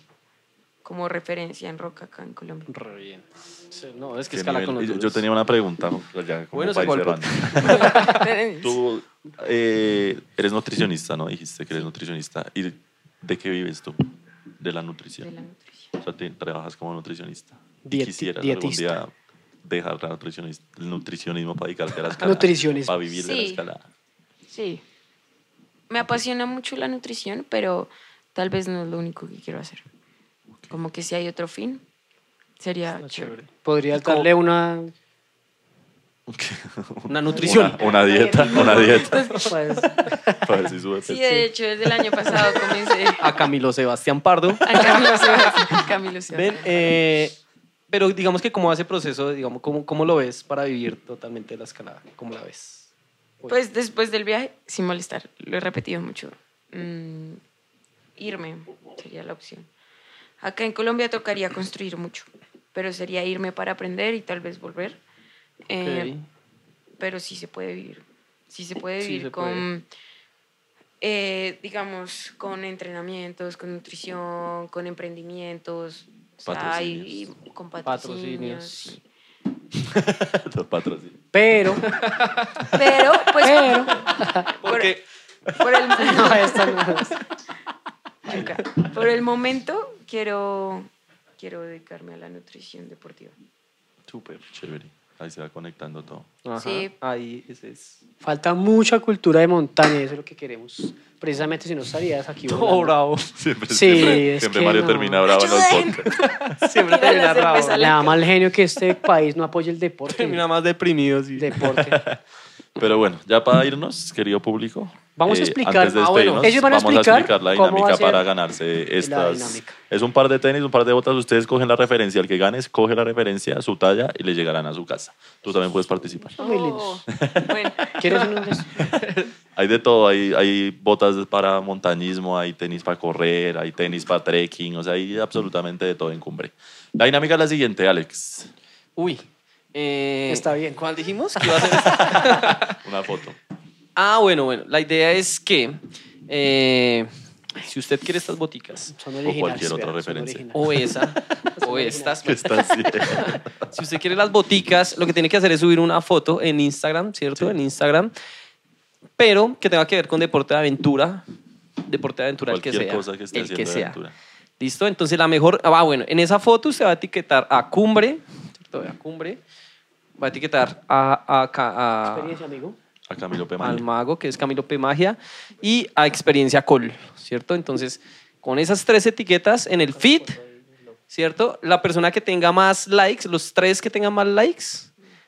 Speaker 4: como referencia en roca acá en Colombia. [LAUGHS]
Speaker 2: Re bien. Sí, No, es
Speaker 1: ¿Qué
Speaker 2: que escala
Speaker 1: nivel?
Speaker 2: con los
Speaker 1: Y yo- Yo
Speaker 2: duros.
Speaker 1: tenía una pregunta. ya como
Speaker 2: Bueno, se
Speaker 1: para ir
Speaker 2: fue al
Speaker 1: cerrando. Tú eh, eres nutricionista, ¿no? Dijiste que eres nutricionista. ¿Y de qué vives tú? De la nutrición.
Speaker 4: De la nutrición.
Speaker 1: O sea, te- trabajas como nutricionista. Y
Speaker 3: Dieti-
Speaker 1: quisieras
Speaker 3: dietista.
Speaker 1: algún día dejar la nutricionis- el nutricionismo para dedicarte a la escalada.
Speaker 3: Nutricionismo.
Speaker 1: Para vivir de la
Speaker 4: Sí.
Speaker 1: escalada.
Speaker 4: Sí. Me apasiona mucho la nutrición, pero tal vez no es lo único que quiero hacer. Como que si hay otro fin, sería
Speaker 2: Está
Speaker 4: chévere.
Speaker 2: chévere.
Speaker 3: Podría
Speaker 2: como-
Speaker 3: darle una.
Speaker 2: Una nutrición.
Speaker 1: Una, una dieta, una dieta.
Speaker 3: Pues,
Speaker 1: [LAUGHS] para ver si sube
Speaker 4: Sí,
Speaker 1: peso.
Speaker 4: de hecho, desde el año pasado comencé
Speaker 1: [LAUGHS]
Speaker 2: A Camilo Sebastián Pardo.
Speaker 4: a Camilo Sebastián. Camilo Sebastián. [LAUGHS]
Speaker 2: Ven, eh, pero digamos que cómo hace proceso, digamos, cómo, cómo lo ves para vivir totalmente la escalada, cómo la ves.
Speaker 4: Pues después del viaje, sin molestar, lo he repetido mucho. mm, irme, sería la opción. Acá en Colombia tocaría construir mucho, pero sería irme para aprender y tal vez volver. Eh,
Speaker 2: Ok.
Speaker 4: pero sí se puede vivir. Sí se puede
Speaker 2: Sí
Speaker 4: vivir
Speaker 2: se
Speaker 4: con, eh, digamos, con entrenamientos, con nutrición, con emprendimientos, o sea, hay-
Speaker 1: Patrocinios.
Speaker 4: y con patrocinios.
Speaker 2: Patrocinios.
Speaker 4: sí.
Speaker 1: Los patrocinios.
Speaker 3: Pero, [LAUGHS]
Speaker 4: Pero, pues,
Speaker 3: pero.
Speaker 2: Porque
Speaker 4: por el
Speaker 3: No, esta no es.
Speaker 4: Acá. Por el momento quiero, quiero dedicarme a la nutrición deportiva.
Speaker 1: Súper chévere. Ahí se va conectando todo. [LAUGHS]
Speaker 2: Ajá,
Speaker 4: Sí.
Speaker 2: ahí ese es.
Speaker 3: Falta mucha cultura de montaña, eso es lo que queremos. Precisamente si no estarías aquí.
Speaker 2: Oh,
Speaker 3: volando.
Speaker 2: bravo.
Speaker 1: Siempre,
Speaker 3: Sí,
Speaker 1: siempre,
Speaker 3: es
Speaker 1: siempre
Speaker 3: que
Speaker 1: Mario
Speaker 3: no.
Speaker 1: termina bravo en los
Speaker 4: Ayuden.
Speaker 1: podcasts.
Speaker 2: [LAUGHS] Siempre
Speaker 4: Tira
Speaker 2: termina
Speaker 4: las
Speaker 2: bravo.
Speaker 4: cervezas.
Speaker 3: Le da mal genio que este país no apoye el deporte.
Speaker 2: [LAUGHS] Termina más deprimido. sí.
Speaker 3: Deporte.
Speaker 1: Pero bueno, ya para irnos, querido público. eh,
Speaker 3: Vamos a explicar.
Speaker 1: Antes de
Speaker 3: Ah, bueno,
Speaker 1: despedirnos,
Speaker 3: ellos van a
Speaker 1: vamos
Speaker 3: explicar
Speaker 1: la
Speaker 3: cómo va a
Speaker 1: dinámica
Speaker 3: ser
Speaker 1: para ganarse estas.
Speaker 3: dinámica.
Speaker 1: Es un par de tenis, un par de botas. Ustedes cogen la referencia. El que gane, coge la referencia, su talla y le llegarán a su casa. Tú también puedes participar.
Speaker 3: Son muy lindos.
Speaker 4: Oh, Bueno,
Speaker 2: [LAUGHS]
Speaker 3: ¿Quieres uno de esos?
Speaker 1: Hay de todo, hay, hay botas para montañismo, hay tenis para correr, hay tenis para trekking, o sea, hay absolutamente de todo en cumbre. La dinámica es la siguiente, Alex.
Speaker 2: Uy. eh,
Speaker 3: Está bien.
Speaker 2: ¿Cuál dijimos? que iba a ser?
Speaker 1: Una foto.
Speaker 2: [LAUGHS] ah, bueno, bueno. La idea es que eh, si usted quiere estas boticas
Speaker 3: Son originales.
Speaker 1: cualquier otra
Speaker 3: vean, son
Speaker 1: referencia.
Speaker 3: originales.
Speaker 2: o esa o estas,
Speaker 1: ¿Qué está haciendo?
Speaker 2: Si usted quiere las boticas, lo que tiene que hacer es subir una foto en Instagram, ¿cierto? En Instagram. Pero que tenga que ver con deporte de aventura. Deporte de aventura, el que
Speaker 1: Cualquier
Speaker 2: sea.
Speaker 1: cosa que esté
Speaker 2: el que
Speaker 1: haciendo de
Speaker 2: sea.
Speaker 1: aventura.
Speaker 2: ¿Listo? Entonces la mejor... Ah, bueno, en esa foto usted va a etiquetar a Cumbre, ¿cierto? A Cumbre. Va a etiquetar a... a, ca- a-
Speaker 3: Experiencia, amigo.
Speaker 1: A Camilo
Speaker 2: al
Speaker 1: Pemán.
Speaker 2: mago, que es Camilo P. Magia, y a Experiencia Col, ¿cierto? Entonces, con esas tres etiquetas en el feed, ¿cierto? La persona que tenga más likes, los tres que tengan más likes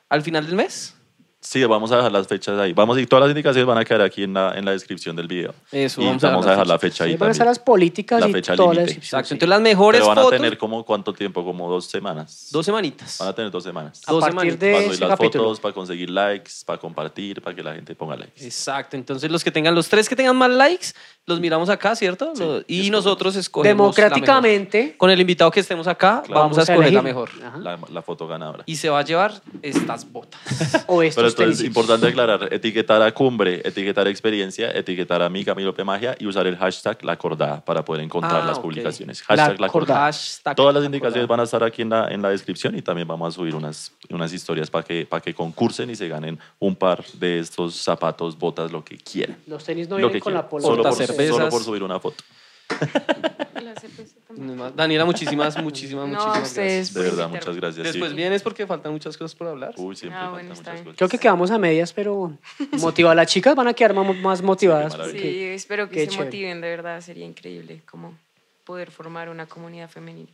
Speaker 2: al final del mes.
Speaker 1: Sí, vamos a dejar las fechas ahí. Vamos y todas las indicaciones van a quedar aquí en la, en la descripción del video.
Speaker 2: Eso,
Speaker 1: y
Speaker 2: vamos
Speaker 1: vamos,
Speaker 2: a
Speaker 1: a
Speaker 2: dejar
Speaker 1: dejar
Speaker 2: las
Speaker 1: la fecha ahí.
Speaker 3: Ahí van a estar
Speaker 1: también.
Speaker 3: las políticas
Speaker 1: La
Speaker 3: y
Speaker 1: fecha
Speaker 3: toda la
Speaker 1: límite.
Speaker 3: descripción.
Speaker 2: Exacto.
Speaker 3: sí.
Speaker 2: Entonces, las mejores
Speaker 1: Pero van a
Speaker 2: fotos.
Speaker 1: tener como cuánto tiempo, como dos semanas.
Speaker 2: Dos semanitas.
Speaker 1: Van a tener dos semanas.
Speaker 2: Dos
Speaker 3: a partir
Speaker 2: semanitas.
Speaker 1: Para
Speaker 3: Ah, de
Speaker 1: subir
Speaker 3: ese
Speaker 1: las
Speaker 3: capítulo.
Speaker 1: fotos, para conseguir likes, para compartir, para que la gente ponga likes.
Speaker 2: Exacto. Entonces, los que tengan, los tres que tengan más likes, los miramos acá, ¿cierto? Lo- y nosotros escogemos. la mejor.
Speaker 3: Democráticamente.
Speaker 2: Con el invitado que estemos acá,
Speaker 1: Claro.
Speaker 2: vamos a escoger la
Speaker 3: elegir.
Speaker 2: mejor.
Speaker 3: Ajá.
Speaker 1: La, la foto ganadora.
Speaker 2: Y se va a llevar estas botas.
Speaker 3: O estos
Speaker 1: Pero esto es
Speaker 3: tenis.
Speaker 1: importante aclarar, etiquetar a Cumbre, etiquetar a Experiencia, etiquetar a mí, Camilo P. Magia y usar el hashtag La Cordada para poder encontrar
Speaker 2: Ah,
Speaker 1: las
Speaker 2: ok.
Speaker 1: publicaciones.
Speaker 3: La
Speaker 1: Hashtag La, Cordada.
Speaker 3: Cordada.
Speaker 2: Hashtag
Speaker 1: Todas las
Speaker 2: la
Speaker 1: indicaciones
Speaker 2: Cordada.
Speaker 1: van a estar aquí en la, en la descripción y también vamos a subir unas, unas historias para que, para que concursen y se ganen un par de estos zapatos, botas, lo que quieran.
Speaker 3: Los tenis no
Speaker 1: Lo
Speaker 3: vienen
Speaker 1: que
Speaker 3: con la
Speaker 1: quieran.
Speaker 3: pola.
Speaker 1: Solo, por,
Speaker 2: Botas, cervezas.
Speaker 1: solo por subir una foto.
Speaker 4: la cerveza también.
Speaker 2: Daniela, muchísimas, muchísimas,
Speaker 4: [LAUGHS] No,
Speaker 2: muchísimas
Speaker 4: ustedes.
Speaker 1: De verdad,
Speaker 4: invitarme.
Speaker 1: muchas gracias. sí.
Speaker 2: Después vienes porque faltan muchas cosas por hablar.
Speaker 1: Uy, siempre
Speaker 4: Ah,
Speaker 1: faltan
Speaker 4: bueno, está
Speaker 1: muchas
Speaker 4: bien.
Speaker 1: cosas.
Speaker 3: Creo que quedamos a
Speaker 1: [LAUGHS]
Speaker 3: medias, pero motivadas. Las chicas van a quedar más, más motivadas.
Speaker 1: Sí, qué
Speaker 4: Sí,
Speaker 1: maravilla.
Speaker 3: porque-
Speaker 4: espero que
Speaker 3: qué
Speaker 4: se
Speaker 3: chévere.
Speaker 4: motiven, de verdad, sería increíble como poder formar una comunidad femenina.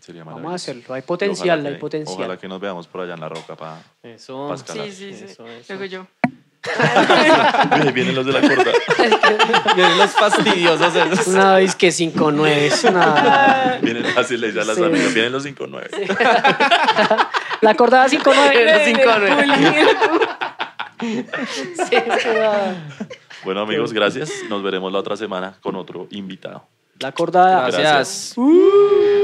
Speaker 1: Sería
Speaker 3: Vamos
Speaker 1: maravilloso.
Speaker 3: a hacerlo. Hay
Speaker 1: Y
Speaker 3: potencial,
Speaker 1: ojalá
Speaker 3: hay
Speaker 1: que-
Speaker 3: potencial.
Speaker 1: Ojalá que nos veamos por allá en la roca para...
Speaker 2: Eso.
Speaker 1: Pascal. Ojalá.
Speaker 4: Sí, sí, sí.
Speaker 2: Eso, eso. [LAUGHS]
Speaker 4: Luego yo.
Speaker 1: [LAUGHS] Vienen los de la
Speaker 3: [LAUGHS]
Speaker 1: corda.
Speaker 2: Vienen los fastidiosos. esos.
Speaker 3: No, es que 5 9
Speaker 1: [LAUGHS]
Speaker 3: nada.
Speaker 1: Vienen, así le dice a las
Speaker 3: Sí.
Speaker 1: amigas, vienen los 5-9.
Speaker 3: La cordada 5 9
Speaker 4: [LAUGHS]
Speaker 2: Cinco, nueve.
Speaker 1: Bueno, amigos, gracias. Nos veremos la otra semana con otro invitado.
Speaker 3: La Uh. cordada.
Speaker 2: Gracias.
Speaker 1: Gracias.